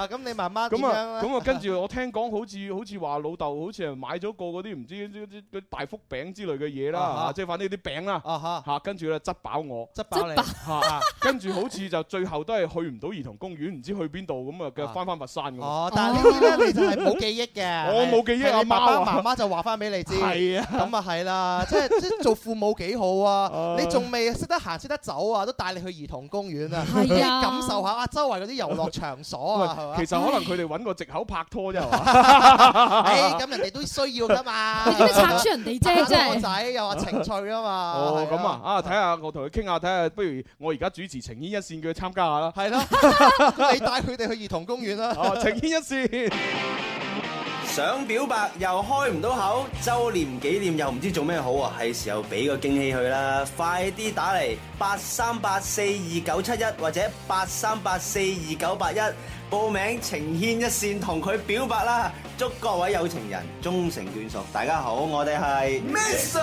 [SPEAKER 5] 啊，咁你慢慢點
[SPEAKER 2] 咁啊，
[SPEAKER 5] 樣
[SPEAKER 2] 咁啊，
[SPEAKER 5] 咧？
[SPEAKER 2] 跟住我聽講好似好似話老豆好似係買咗個嗰啲唔知啲啲啲大福餅之類嘅嘢啦，
[SPEAKER 5] 啊哈
[SPEAKER 2] 啊即係反正啲餅啦，嚇跟住咧執飽我，
[SPEAKER 5] 執飽你執飽
[SPEAKER 2] 嚇，跟住好似就最後都係去唔到兒童公園，唔知去邊度咁啊，嘅翻翻佛山咁。
[SPEAKER 5] 哦，但係呢啲咧你就係冇記憶 嘅。
[SPEAKER 2] 我冇記憶
[SPEAKER 5] 係
[SPEAKER 2] 阿
[SPEAKER 5] 你
[SPEAKER 2] 媽
[SPEAKER 5] 爸
[SPEAKER 2] 啊
[SPEAKER 5] 爸媽媽就話翻俾你知。
[SPEAKER 2] 係啊
[SPEAKER 5] 咁啊係啦，即係即 係做父母幾好啊！你仲未識得行識得走啊，都帶你去兒童公園啊，
[SPEAKER 2] 係啊
[SPEAKER 5] 你感受下啊周圍嗰啲遊樂場所啊，係嘛
[SPEAKER 2] 喂，其實可能佢哋揾個藉口拍拖啫，係
[SPEAKER 5] 唉，
[SPEAKER 2] 嘛？
[SPEAKER 5] 咁人哋都需要㗎嘛。
[SPEAKER 2] 你做咩拆穿人哋啫 真係
[SPEAKER 5] 個仔又話情趣啊嘛。
[SPEAKER 2] 哦，咁啊，啊，睇下我同佢傾下，睇下不如我而家主持情牽一 線，叫佢參加下啦。
[SPEAKER 5] 係咯，你帶佢哋去兒童公園 啦。
[SPEAKER 2] 哦，情牽一線。
[SPEAKER 14] 想表白又開唔到口，周年紀念又唔知做咩好啊！係時候俾個驚喜佢啦，快啲打嚟八三八四二九七一或者八三八四二九八一報名情牽一線同佢表白啦！祝各位有情人終成眷屬！大家好，我哋係
[SPEAKER 15] Mr.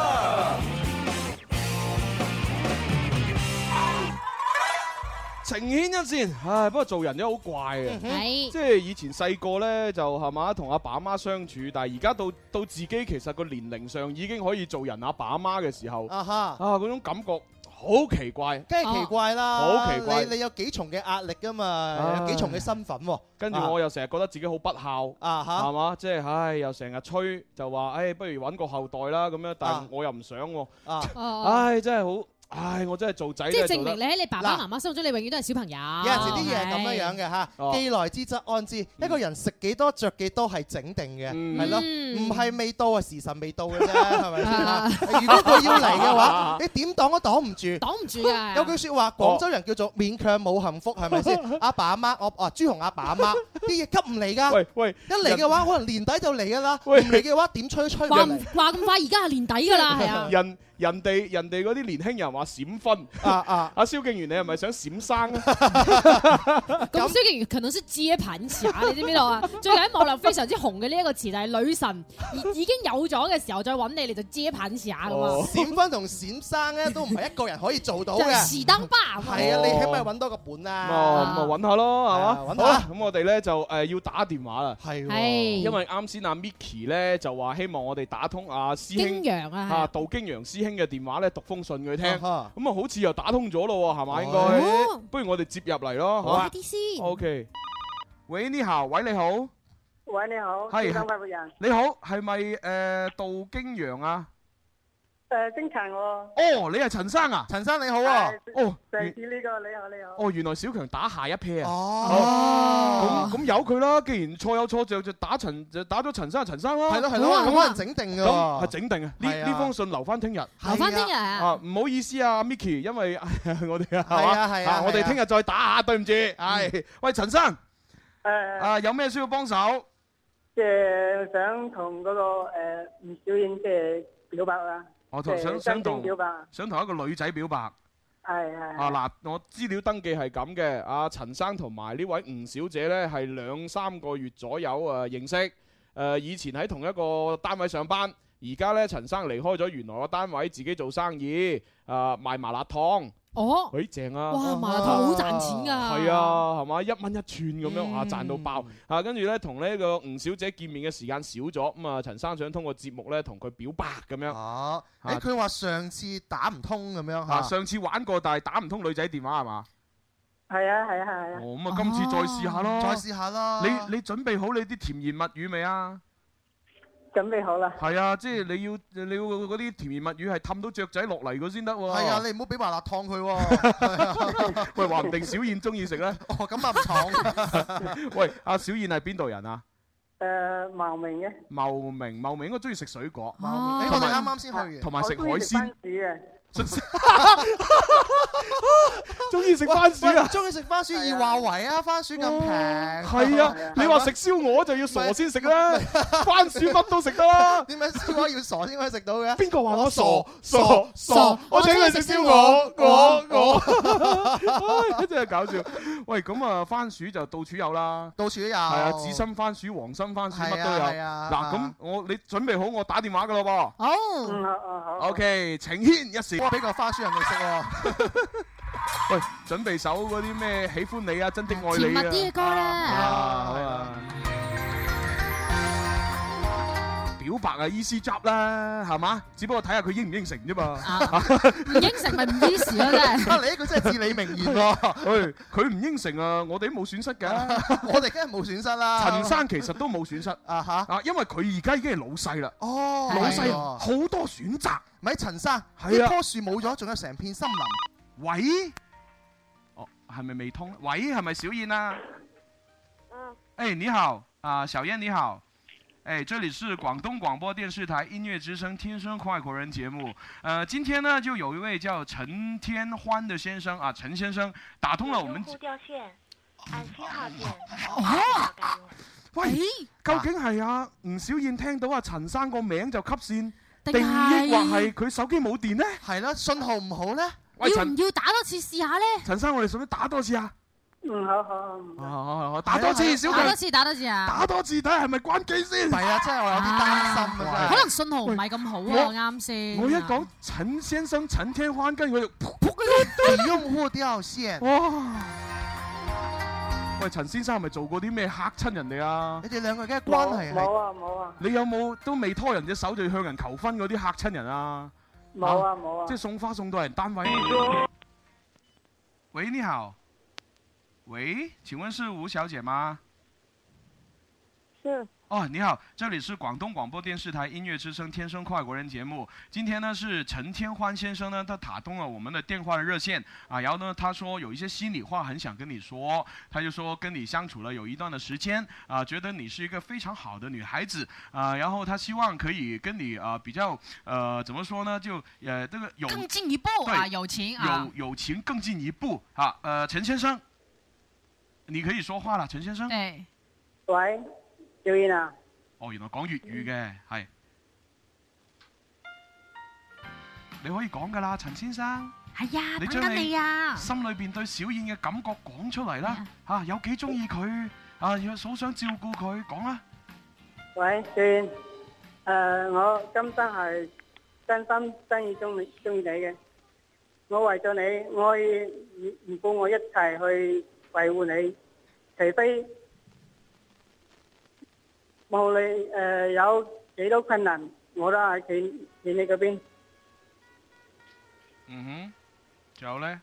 [SPEAKER 2] 情牽一線，唉，不過做人真係好怪嘅
[SPEAKER 15] 嗯，哼係
[SPEAKER 2] 即係以前細個呢，就係嘛，同阿爸阿媽相處，但係而家到到自己其實個年齡上已經可以做人阿爸阿媽嘅時候，
[SPEAKER 5] 啊哈
[SPEAKER 2] 嗰種感覺好奇怪，
[SPEAKER 5] 梗係奇怪啦，
[SPEAKER 2] 好奇怪啊
[SPEAKER 5] 你你有幾重嘅壓力噶嘛，有幾重嘅身份喎。
[SPEAKER 2] 跟住我又成日覺得自己好不孝，
[SPEAKER 5] 啊哈
[SPEAKER 2] 係嘛？即係唉，又成日吹就話，唉，不如揾個後代啦咁樣，但係
[SPEAKER 3] 啊
[SPEAKER 2] 我又唔想喎，
[SPEAKER 5] 啊
[SPEAKER 3] 哦
[SPEAKER 2] 唉，真係好，唉，我真係做仔
[SPEAKER 3] 即係
[SPEAKER 2] 真
[SPEAKER 3] 證
[SPEAKER 2] 係做
[SPEAKER 3] 明你
[SPEAKER 2] 得。
[SPEAKER 3] 喺你爸爸媽媽心目中，你永遠都係小朋友。
[SPEAKER 5] 啊有陣時啲嘢係咁樣樣嘅
[SPEAKER 2] 哦
[SPEAKER 5] 嚇，既來之則安之。
[SPEAKER 2] 嗯
[SPEAKER 5] 一個人食幾多着幾多係整定嘅，係咯，唔係未到啊，時辰未到嘅啫，係咪先啊？如果佢要嚟 嘅話，你點擋都擋唔住，
[SPEAKER 3] 擋唔住㗎
[SPEAKER 5] 有句説話，
[SPEAKER 2] 哦
[SPEAKER 5] 廣州人叫做勉強冇幸福，係 咪先？阿爸阿媽，我啊朱紅阿爸阿媽，啲嘢急唔嚟㗎。
[SPEAKER 2] 喂喂，
[SPEAKER 5] 一嚟嘅話，可能年底就嚟㗎啦。唔嚟嘅話，點吹吹
[SPEAKER 3] 話
[SPEAKER 5] 㗎
[SPEAKER 3] 唔
[SPEAKER 5] 嚟？
[SPEAKER 3] 話咁快，而家係年底㗎啦，係啊。
[SPEAKER 2] 人人哋人哋嗰啲年輕人話閃婚
[SPEAKER 5] 啊啊！
[SPEAKER 2] 阿蕭敬元，你係咪想閃生啊？
[SPEAKER 3] 咁蕭敬元可能是接盤俠，你知唔知道啊？最近喺網絡非常之紅嘅呢一個詞就係女神，已已經有咗嘅時候再揾你，你就接盤俠咁
[SPEAKER 2] 哦
[SPEAKER 3] 啊！
[SPEAKER 5] 閃婚同閃生咧都唔係一個人可以做到
[SPEAKER 3] 就
[SPEAKER 5] 嘅。
[SPEAKER 3] 是當
[SPEAKER 2] 哦
[SPEAKER 3] 爸
[SPEAKER 5] 係啊，你係咪揾多個本
[SPEAKER 2] 咁
[SPEAKER 5] 啊？
[SPEAKER 2] 啊，咁啊揾下咯，係嘛？
[SPEAKER 5] 揾下
[SPEAKER 2] 好啦咁我哋咧就誒要打電話啦，
[SPEAKER 5] 係
[SPEAKER 3] 喎係
[SPEAKER 5] 嗯
[SPEAKER 2] 因為啱先阿 Micky 咧就話希望我哋打通阿師兄
[SPEAKER 3] 京洋啊係
[SPEAKER 2] 杜京洋師兄嘅電話咧讀封信佢聽，
[SPEAKER 5] 啊
[SPEAKER 2] 咁
[SPEAKER 5] 哈
[SPEAKER 2] 啊好似又打通咗咯喎，係嘛？應
[SPEAKER 5] 哦
[SPEAKER 2] 該，不如我哋接入嚟咯，好啊
[SPEAKER 6] 快啲先
[SPEAKER 2] O K，喂，呢下，喂，你好，
[SPEAKER 6] 喂，你好，
[SPEAKER 2] 係
[SPEAKER 6] 天生快活人，
[SPEAKER 2] 你好，係咪誒杜京洋啊？
[SPEAKER 6] 誒，精神我，
[SPEAKER 2] 哦，你係陳生啊？陳生你好啊
[SPEAKER 6] 係！
[SPEAKER 2] 哦，
[SPEAKER 6] 上次呢個你好，你好，
[SPEAKER 2] 哦，原來小強打下一 pair 啊！
[SPEAKER 5] 哦
[SPEAKER 2] 咁咁由佢啦，既然錯有錯，就就打陳就打咗陳生陳生啦。
[SPEAKER 5] 係咯係咯
[SPEAKER 2] 好啊
[SPEAKER 5] 咁
[SPEAKER 2] 好啊
[SPEAKER 5] 可能整定
[SPEAKER 2] 咁
[SPEAKER 5] 㗎喎
[SPEAKER 2] 係整定啊！呢
[SPEAKER 5] 係啊
[SPEAKER 2] 呢封信留翻聽日，留
[SPEAKER 5] 留返聽日啊
[SPEAKER 2] 啊！唔好意思啊，Micky，因為 我哋啊，
[SPEAKER 5] 係啊係啊係啊
[SPEAKER 2] 我哋聽日再打下，對唔住。唉，喂，陳生，
[SPEAKER 6] 誒
[SPEAKER 2] 啊，有咩需要幫手？
[SPEAKER 6] 即係想同嗰個誒吳小燕即係表白啦，
[SPEAKER 2] 我同
[SPEAKER 6] 即係
[SPEAKER 2] 想
[SPEAKER 6] 真
[SPEAKER 2] 想同
[SPEAKER 6] 正啊表白，
[SPEAKER 2] 想同一個女仔表白。
[SPEAKER 6] 係係
[SPEAKER 2] 啊嗱，我資料登記係咁嘅，阿、陳生同埋呢位吳小姐呢，係兩三個月左右誒、呃、認識，誒、呃、以前喺同一個單位上班，而家呢，陳生離開咗原來個單位，自己做生意，啊、賣麻辣燙。
[SPEAKER 3] 哦，
[SPEAKER 2] 誒正啊！
[SPEAKER 3] 哇麻辣燙好賺錢㗎
[SPEAKER 2] 係啊，係嘛一蚊一串咁樣啊，賺到爆啊！跟住呢，同呢個吳小姐見面嘅時間少咗，咁啊陳生想通過節目呢，同佢表白咁樣。
[SPEAKER 5] 哦，誒佢話上次打唔通咁樣
[SPEAKER 2] 啊
[SPEAKER 5] 嚇，
[SPEAKER 2] 上次玩過，但係打唔通女仔電話係嘛？
[SPEAKER 6] 係啊係啊係啊，
[SPEAKER 2] 哦，咁啊，今次再試下咯，
[SPEAKER 5] 再試下啦
[SPEAKER 2] 你你準備好你啲甜言蜜語未啊？
[SPEAKER 6] 準備好啦，
[SPEAKER 2] 係啊，即係你要你要嗰啲甜言蜜語係氹到雀仔落嚟嗰先得喎。
[SPEAKER 5] 係啊，你唔好俾麻辣燙 佢喎。
[SPEAKER 2] 喂，話唔定小燕中意食咧。
[SPEAKER 5] 哦，咁啊唔同。
[SPEAKER 2] 喂，阿小燕係邊度人啊？
[SPEAKER 6] 誒茂名嘅，
[SPEAKER 2] 茂名，茂名應該中意食水果。
[SPEAKER 6] 茂
[SPEAKER 5] 名
[SPEAKER 2] 同埋
[SPEAKER 5] 誒我哋啱啱先去完
[SPEAKER 2] 同埋食海
[SPEAKER 6] 我中意食番
[SPEAKER 2] 鮮。
[SPEAKER 6] 薯嘅，
[SPEAKER 2] 中意食番薯啊
[SPEAKER 5] 喂中意食番薯易話為啊，番薯咁平。
[SPEAKER 2] 係啊，你話食燒鵝就要傻先食啦，番薯乜都食得 啦。
[SPEAKER 5] 點解燒鵝要傻先可以食到嘅？
[SPEAKER 2] 邊個話我傻傻傻
[SPEAKER 5] 傻？
[SPEAKER 2] 我請佢食燒鵝，我
[SPEAKER 5] 我
[SPEAKER 2] 我，唉真係搞笑。喂，咁啊，番薯就到處有啦，
[SPEAKER 5] 到處都有。係
[SPEAKER 2] 係啊，紫心番薯、黃心番薯乜都有。
[SPEAKER 5] 哦係啊係啊
[SPEAKER 2] 嗱，咁我你準備好我打電話噶咯
[SPEAKER 5] 好。
[SPEAKER 6] 嗯好好好。
[SPEAKER 2] 噃。OK，情牽一
[SPEAKER 5] 哇，
[SPEAKER 2] 線。
[SPEAKER 5] 俾個花書人哋食喎。
[SPEAKER 2] 喂，準備首嗰啲咩喜歡你啊，真的愛你啊。
[SPEAKER 5] 甜蜜啲嘅歌啦
[SPEAKER 2] 啊，好啊。表白啊，easy job 啦，係嘛？只不過睇下佢應唔應承啫嘛。
[SPEAKER 5] 啊
[SPEAKER 3] 唔應承咪唔 easy 咯，真係。
[SPEAKER 2] 你一句真係至理名言喎。誒哎佢唔應承啊，我哋都冇損失㗎。
[SPEAKER 5] 啊我哋梗係冇損失啦。
[SPEAKER 2] 陳生其實都冇損失
[SPEAKER 5] 啊嚇
[SPEAKER 2] 啊，因為佢而家已經係老細啦。
[SPEAKER 5] 哦，
[SPEAKER 2] 老
[SPEAKER 5] 係
[SPEAKER 2] 細
[SPEAKER 5] 喎
[SPEAKER 2] 好多選擇。
[SPEAKER 5] 咪陳生，
[SPEAKER 2] 係
[SPEAKER 5] 呢
[SPEAKER 2] 啊
[SPEAKER 5] 棵樹冇咗，仲有成片森林。
[SPEAKER 2] 喂，哦，係咪未通？喂，係咪小燕啊？
[SPEAKER 16] 嗯，
[SPEAKER 2] 哎，你好，啊、小燕你好，哎，这里是广东广播电视台音乐之声《天生快活人》节目。呃，今天呢，就有一位叫陈天欢的先生啊，陈先生打通了我哦们。
[SPEAKER 16] 用户掉线，按星号键。
[SPEAKER 2] 喂，究竟係啊吳小燕聽到啊陳生個名就吸線，
[SPEAKER 3] 定
[SPEAKER 2] 抑或
[SPEAKER 3] 係
[SPEAKER 2] 係佢手機冇電呢？係啦，信號唔好呢？喂，
[SPEAKER 3] 要唔
[SPEAKER 2] 陳
[SPEAKER 3] 要打多次試下咧？
[SPEAKER 2] 陳生，我哋使唔使打多次啊？
[SPEAKER 6] 嗯，好好。
[SPEAKER 2] 哦哦哦打多次，小
[SPEAKER 3] 打多
[SPEAKER 2] 強。
[SPEAKER 3] 次，打多次啊！
[SPEAKER 2] 打多次睇下係咪關機先。
[SPEAKER 5] 係啊，真係我有啲擔心
[SPEAKER 3] 可能信號唔係咁
[SPEAKER 17] 啊
[SPEAKER 3] 好
[SPEAKER 2] 喂
[SPEAKER 3] 喎，啱先。
[SPEAKER 2] 我一講陳先生、陳天歡，跟住佢就噗噗
[SPEAKER 5] 你用戶掉線。
[SPEAKER 2] 哇！喂，陳先生係咪做過啲咩嚇親人哋啊？
[SPEAKER 5] 你哋兩個嘅關係係
[SPEAKER 6] 冇啊冇啊
[SPEAKER 2] 你有冇都未拖人隻手就向人求婚嗰啲嚇親人啊？
[SPEAKER 6] 冇啊冇啊
[SPEAKER 2] 即係送花送到人單位。喂，你好。喂，請問是吳小姐嗎？
[SPEAKER 16] 是
[SPEAKER 2] 哦，你好，这里是广东广播电视台音乐之声《天生快活人》节目。今天呢是陈天欢先生呢，他打通了我们的电话热线啊，然后呢他说有一些心里话很想跟你说，他就说跟你相处了有一段的时间啊，觉得你是一个非常好的女孩子啊，然后他希望可以跟你啊比较呃怎么说呢，就呃这个有
[SPEAKER 3] 更进一步啊，
[SPEAKER 2] 对
[SPEAKER 3] 友情啊
[SPEAKER 2] 有，友情更进一步啊，呃陈先生，你可以说话了，陈先生。
[SPEAKER 3] 对。
[SPEAKER 6] 喂，小燕啊，
[SPEAKER 2] 哦，原來講粵語嘅，係。你可以講噶啦，陳先生。
[SPEAKER 3] 係啊
[SPEAKER 2] 你
[SPEAKER 3] 等緊
[SPEAKER 2] 將
[SPEAKER 3] 你啊
[SPEAKER 2] 心裏邊對小燕嘅感覺講出嚟啦，嚇有幾中意佢啊，要好想照顧佢，講啦。
[SPEAKER 6] 喂，小燕，誒、我今生係真心真意中意中意你嘅，我為咗你，我可以唔唔顧我一齊去維護你，除非無論誒、有幾多困難，我都係企企你嗰邊。
[SPEAKER 2] 嗯哼，仲有咧，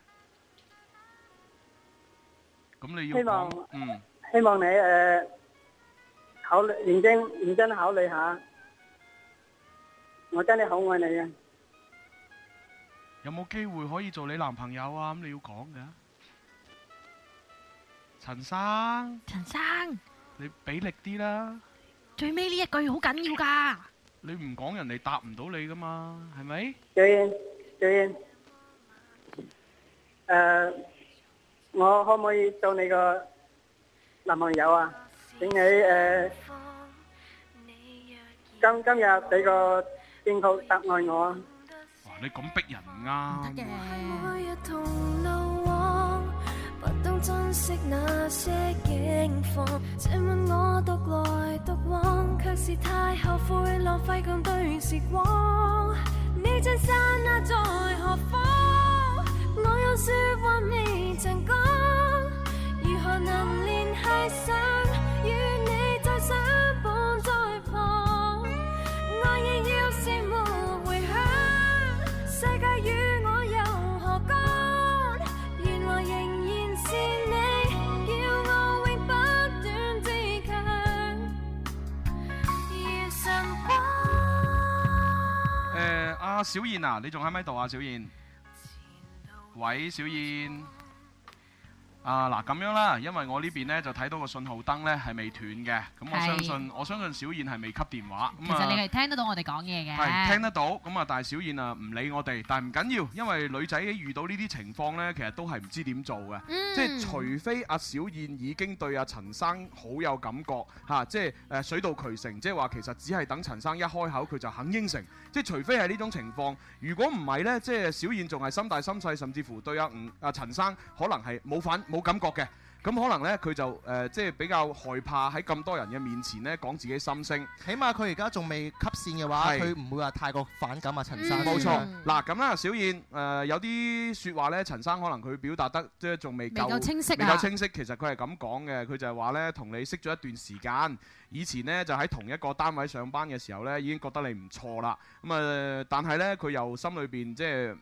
[SPEAKER 2] 咁你要
[SPEAKER 6] 希望
[SPEAKER 2] 講嗯。
[SPEAKER 6] 希望你誒、呃考慮認真認真考慮下，我真係好愛你啊！
[SPEAKER 2] 有冇機會可以做你男朋友啊？咁你要講噶。陳生，
[SPEAKER 3] 陳生，
[SPEAKER 2] 你俾力啲啦，
[SPEAKER 3] 最尾呢一句好緊要㗎。
[SPEAKER 2] 你唔講人哋答唔到你噶嘛，係咪？
[SPEAKER 6] 小燕，小燕，誒、呃我可唔可以做你個男朋友啊？請你誒、呃今今日俾個正確答案我啊！
[SPEAKER 2] 哇！你咁逼人唔啱。嗯
[SPEAKER 18] 每日同路往，不懂珍惜那些境況。這晚我獨來獨往，卻是太後悔浪費共對時光。呢張山啊，在何方？我有説話未曾講，如何能聯繫上？與你再相伴在旁，愛意要是沒回響。世界與我又何干？原來仍然是你，要我永不斷自強，如神話。
[SPEAKER 2] 誒、阿小燕啊，你仲喺咪度啊？小燕，喂，小燕，啊嗱，咁樣啦，因為我呢邊呢就睇到個信號燈呢係未斷嘅，咁我
[SPEAKER 3] 係
[SPEAKER 2] 相信我相信小燕係未吸電話，
[SPEAKER 3] 其
[SPEAKER 2] 咁啊
[SPEAKER 3] 實你係聽得到我哋講嘢
[SPEAKER 2] 係聽
[SPEAKER 3] 嘅。
[SPEAKER 2] 得到，咁啊，但係小燕啊唔理我哋，但係唔緊要，因為女仔遇到呢啲情況呢，其實都係唔知點做嘅，
[SPEAKER 3] 嗯
[SPEAKER 2] 即係除非阿小燕已經對阿陳生好有感覺嚇、即係誒水到渠成，即係話其實只係等陳生一開口佢就肯應承，即係除非係呢種情況，如果唔係呢，即係小燕仲係心大心細，甚至乎對阿吳阿陳生可能係冇反冇感覺嘅。咁可能呢，佢就誒、呃即係比較害怕喺咁多人嘅面前呢講自己心聲。
[SPEAKER 5] 起碼佢而家仲未吸線嘅話，
[SPEAKER 2] 係
[SPEAKER 5] 佢唔會話太過反感啊，陳
[SPEAKER 3] 嗯
[SPEAKER 5] 生。
[SPEAKER 2] 冇錯，嗱咁啦，小燕誒、呃有啲説話咧，陳生可能佢表達得即係仲未夠
[SPEAKER 3] 未夠清晰啊
[SPEAKER 2] 未夠清晰。其實佢係咁講嘅，佢就係話咧，同你識咗一段時間，以前呢就喺同一個單位上班嘅時候咧，已經覺得你唔錯啦。咁、啊，但係咧佢又心裏邊即係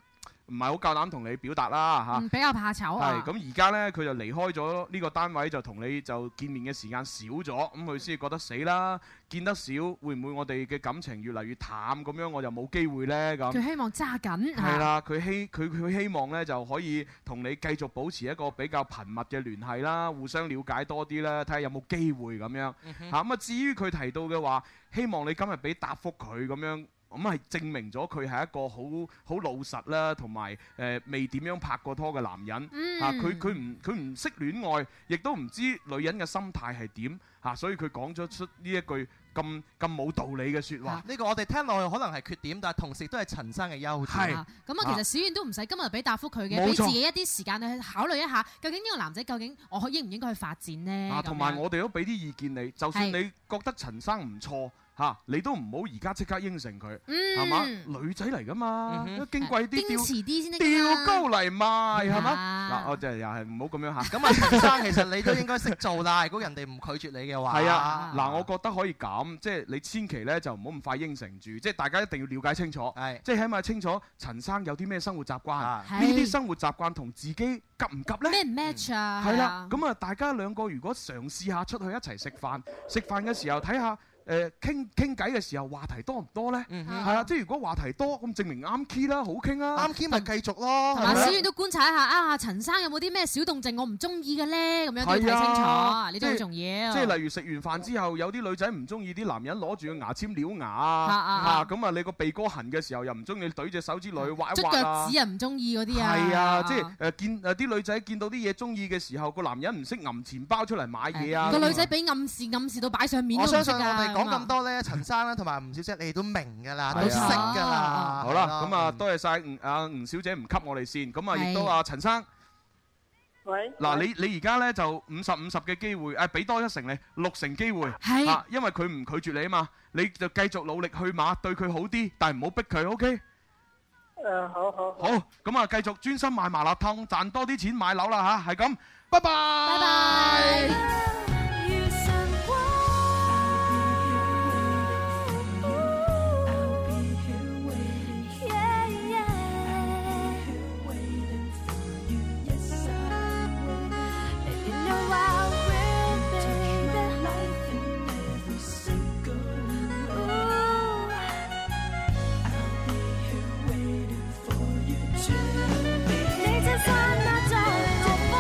[SPEAKER 2] 唔係好夠膽同你表達啦嚇。
[SPEAKER 17] 嗯比較怕醜
[SPEAKER 2] 係
[SPEAKER 17] 啊。
[SPEAKER 2] 咁而家呢，佢就離開咗呢個單位，就同你就見面嘅時間少咗，咁佢先覺得死啦，見得少，會唔會我哋嘅感情越嚟越淡咁樣，我就冇機會呢？咁
[SPEAKER 17] 佢希望揸 緊
[SPEAKER 2] 啊係
[SPEAKER 17] 啊
[SPEAKER 2] 啦，佢希佢佢希望呢就可以同你繼續保持一個比較頻密嘅聯繫啦，互相了解多啲啦，睇下有冇機會咁樣
[SPEAKER 19] 嗯哼
[SPEAKER 2] 嚇。咁啊，至於佢提到嘅話，希望你今日俾答覆佢咁樣。咁係證明咗佢係一個好好老實啦，同埋誒未點樣拍過拖嘅男人
[SPEAKER 19] 嗯
[SPEAKER 2] 嚇，啊佢佢唔佢唔識戀愛，亦都唔知女人嘅心態係點嚇，所以佢講咗出呢一句咁咁冇道理嘅説話
[SPEAKER 5] 啊。呢個我哋聽落去可能係缺點，但係同時都係陳生嘅優
[SPEAKER 17] 係
[SPEAKER 5] 點。
[SPEAKER 17] 咁啊，其實小燕都唔使今日俾答覆佢嘅，
[SPEAKER 2] 冇
[SPEAKER 17] 俾
[SPEAKER 2] 錯
[SPEAKER 17] 自己一啲時間去考慮一下，究竟呢個男仔究竟我應唔應該去發展呢？嗯
[SPEAKER 2] 啊，
[SPEAKER 17] 咁
[SPEAKER 2] 同埋
[SPEAKER 17] 樣
[SPEAKER 2] 我哋都俾啲意見你，就算
[SPEAKER 17] 係
[SPEAKER 2] 你覺得陳生唔錯嚇、你都唔好而家即刻應承佢，
[SPEAKER 17] 嗯
[SPEAKER 2] 係嘛、女仔嚟噶嘛，
[SPEAKER 17] 嗯哼
[SPEAKER 2] 矜貴啲，
[SPEAKER 17] 矜持啲先得㗎
[SPEAKER 2] 吊高嚟賣係嘛？
[SPEAKER 5] 啊
[SPEAKER 2] 嗱，我就係又係唔好咁樣嚇。
[SPEAKER 5] 咁啊，陳生其實你都應該識做啦。如果人哋唔拒絕你嘅話，
[SPEAKER 2] 係啊，嗱，我覺得可以咁，即係你千祈咧就唔好咁快應承住，即係大家一定要了解清楚，即係起碼清楚陳生有啲咩生活習慣，呢
[SPEAKER 17] 啊係
[SPEAKER 2] 啲生活習慣同自己夾唔夾呢？
[SPEAKER 17] 咩唔 match 啊？
[SPEAKER 2] 係啦，，咁啊，大家兩個如果嘗試下出去一齊食飯，食飯嘅時候睇下。誒傾傾偈嘅時候話題多唔多
[SPEAKER 17] 嗯
[SPEAKER 2] 呢？係啊，即係如果話題多，咁證明啱 key 啦，好傾啊。
[SPEAKER 5] 啱 key 咪繼續咯
[SPEAKER 17] 同埋小燕都觀察一下啊，陳生有冇啲咩小動靜我唔中意嘅咧？咁樣都要睇
[SPEAKER 2] 係
[SPEAKER 17] 清
[SPEAKER 2] 啊
[SPEAKER 17] 楚，呢啲好重要。
[SPEAKER 2] 即係例如食完飯之後，有啲女仔唔中意啲男人攞住個牙籤撩牙
[SPEAKER 17] 啊啊
[SPEAKER 2] 啊，
[SPEAKER 17] 啊
[SPEAKER 2] 啊咁啊，你個鼻哥痕嘅時候又唔中意懟隻手指落去挖一
[SPEAKER 17] 捽
[SPEAKER 2] 挖
[SPEAKER 17] 腳
[SPEAKER 2] 啊
[SPEAKER 17] 趾。啊唔中意嗰啲啊。
[SPEAKER 2] 係啊，即係誒見誒啲女仔見到啲嘢中意嘅時候，個男人唔識揞錢包出嚟買嘢啊。
[SPEAKER 17] 個女仔俾暗示，暗示到擺上面
[SPEAKER 5] 我
[SPEAKER 17] 都唔
[SPEAKER 5] 相
[SPEAKER 17] 識
[SPEAKER 5] 信我哋
[SPEAKER 17] 㗎
[SPEAKER 5] 講
[SPEAKER 17] 咁啊
[SPEAKER 5] 咁多咧，陳生啦同埋吳小姐你都明㗎啦，
[SPEAKER 2] 係啊
[SPEAKER 5] 都識㗎啦。
[SPEAKER 2] 好啦，咁啊，多謝晒吳啊吳小姐唔給我哋先，咁啊亦都啊陳生，
[SPEAKER 6] 喂，
[SPEAKER 2] 嗱你你而家咧就五十五十嘅機會，誒俾多一成你，六成機會，
[SPEAKER 17] 係
[SPEAKER 2] 啊，因為佢唔拒絕你啊嘛，你就繼續努力去馬，對佢好啲，但係唔好逼佢，OK？
[SPEAKER 6] 誒呃好好
[SPEAKER 2] 好，咁啊繼續專心買麻辣燙，賺多啲錢買樓啦吓，係咁，拜拜。拜拜。
[SPEAKER 19] 如神
[SPEAKER 18] 你這剎那像個火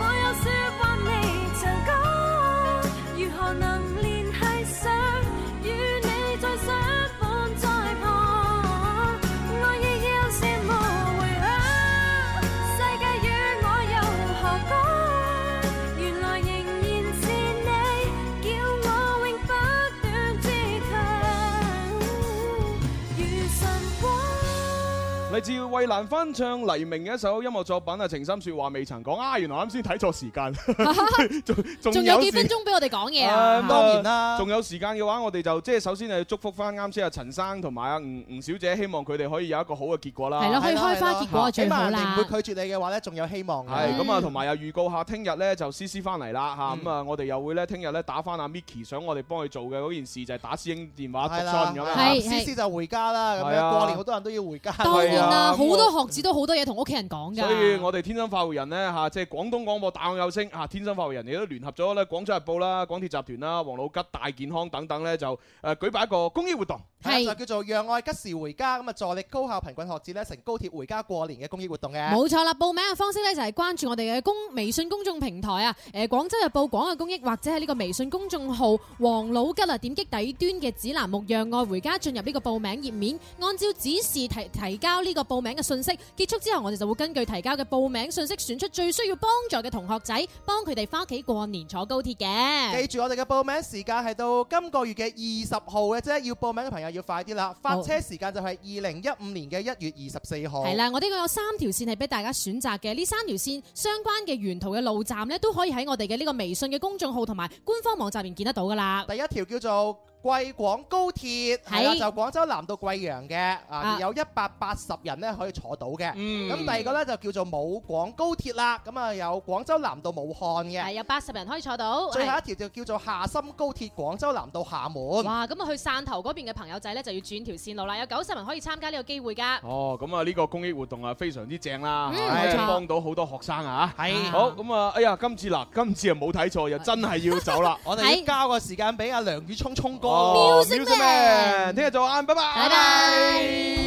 [SPEAKER 18] 我有說話未曾講，如何能聯繫上與你再相伴在旁？我已要是無回響，世界與我又何干？原來仍然是你叫我永不斷自強，如神光。
[SPEAKER 20] 嚟自衛蘭翻唱黎明嘅一首音樂作品啊，《情深説話未曾講》啊，原來啱先睇錯時間， 仲
[SPEAKER 3] 仲有幾
[SPEAKER 20] 時
[SPEAKER 3] 分鐘俾我哋講嘢
[SPEAKER 20] 啊
[SPEAKER 3] 啊？
[SPEAKER 20] 咁啊仲有時間嘅話，我哋就即係首先係祝福翻啱先阿陳生同埋阿吳吳小姐，希望佢哋可以有一個好嘅結果啦。
[SPEAKER 5] 係咯可以開花結果啊
[SPEAKER 20] 嚇
[SPEAKER 5] 最好啦起碼人哋唔會拒絕你嘅話咧，仲有希望嘅。
[SPEAKER 20] 係咁啊，同埋又預告下，聽日咧就 C C 翻嚟啦
[SPEAKER 5] 嗯
[SPEAKER 20] 嚇，咁啊，我哋又會咧聽日咧打翻阿 Micky 想我哋幫佢做嘅嗰件事，就係打師兄電話
[SPEAKER 5] 係
[SPEAKER 20] 讀
[SPEAKER 5] 啦
[SPEAKER 20] 信咁，啊。
[SPEAKER 5] 係思思就回家啦，咁
[SPEAKER 20] 係啊
[SPEAKER 5] 樣過年好多人都要回家。
[SPEAKER 20] 當然啦係啊
[SPEAKER 3] 好多學子都好多嘢同屋企人講㗎。
[SPEAKER 20] 所以我哋天生發育人呢，嚇、即係廣東廣播大愛有聲嚇、天生發育人亦都聯合咗咧廣州日報啦、廣鐵集團啦、黃老吉大健康等等呢，就誒、呃、舉辦一個公益活動。
[SPEAKER 5] 係就叫做讓愛吉時回家，咁啊助力高校貧困學子咧乘高鐵回家過年嘅公益活動嘅。
[SPEAKER 3] 冇錯啦，報名嘅方式咧就係關注我哋嘅公微信公眾平台啊，誒、廣州日報廣嘅公益或者係呢個微信公眾號黃老吉啊，點擊底端嘅指欄目讓愛回家進入呢個報名頁面，按照指示提提交呢個報名嘅信息，結束之後我哋就會根據提交嘅報名信息選出最需要幫助嘅同學仔，幫佢哋翻屋企過年坐高鐵嘅。
[SPEAKER 5] 記住我哋嘅報名時間係到今個月嘅二十號嘅啫，要報名嘅朋友啊，要快啲啦！發車時間就係二零一五年嘅一月二十四號。
[SPEAKER 3] 系啦，我呢個有三條線係俾大家選擇嘅，呢三條線相關嘅沿途嘅路站呢，都可以喺我哋嘅呢個微信嘅公眾號同埋官方網站入面見得到噶啦。
[SPEAKER 5] 第一條叫做貴廣高鐵係啦，就廣州南到貴陽嘅啊
[SPEAKER 3] 啊，
[SPEAKER 5] 有一百八十人咧可以坐到嘅。
[SPEAKER 3] 嗯
[SPEAKER 5] 咁第二個咧就叫做武廣高鐵啦，咁啊有廣州南到武漢
[SPEAKER 3] 係
[SPEAKER 5] 嘅。
[SPEAKER 3] 有八十人可以坐到。
[SPEAKER 5] 最後
[SPEAKER 3] 係
[SPEAKER 5] 一條就叫做廈深高鐵廣州南到廈門。
[SPEAKER 3] 哇，咁啊去汕頭嗰邊嘅朋友仔呢，就要轉條線路啦，有九十人可以參加呢個機會㗎。
[SPEAKER 2] 哦，咁啊呢個公益活動啊非常之正啦，
[SPEAKER 3] 嗯
[SPEAKER 2] 係
[SPEAKER 3] 冇錯
[SPEAKER 2] 幫到好多學生啊。
[SPEAKER 5] 係。
[SPEAKER 2] 好咁啊，哎呀，今次嗱，今次啊冇睇錯，又真係要走啦
[SPEAKER 5] 我哋要交個時間俾阿梁宇聰聰
[SPEAKER 2] 哦
[SPEAKER 5] 哥。Music
[SPEAKER 2] ，Music Man，聽日再玩，拜拜。
[SPEAKER 5] 拜拜。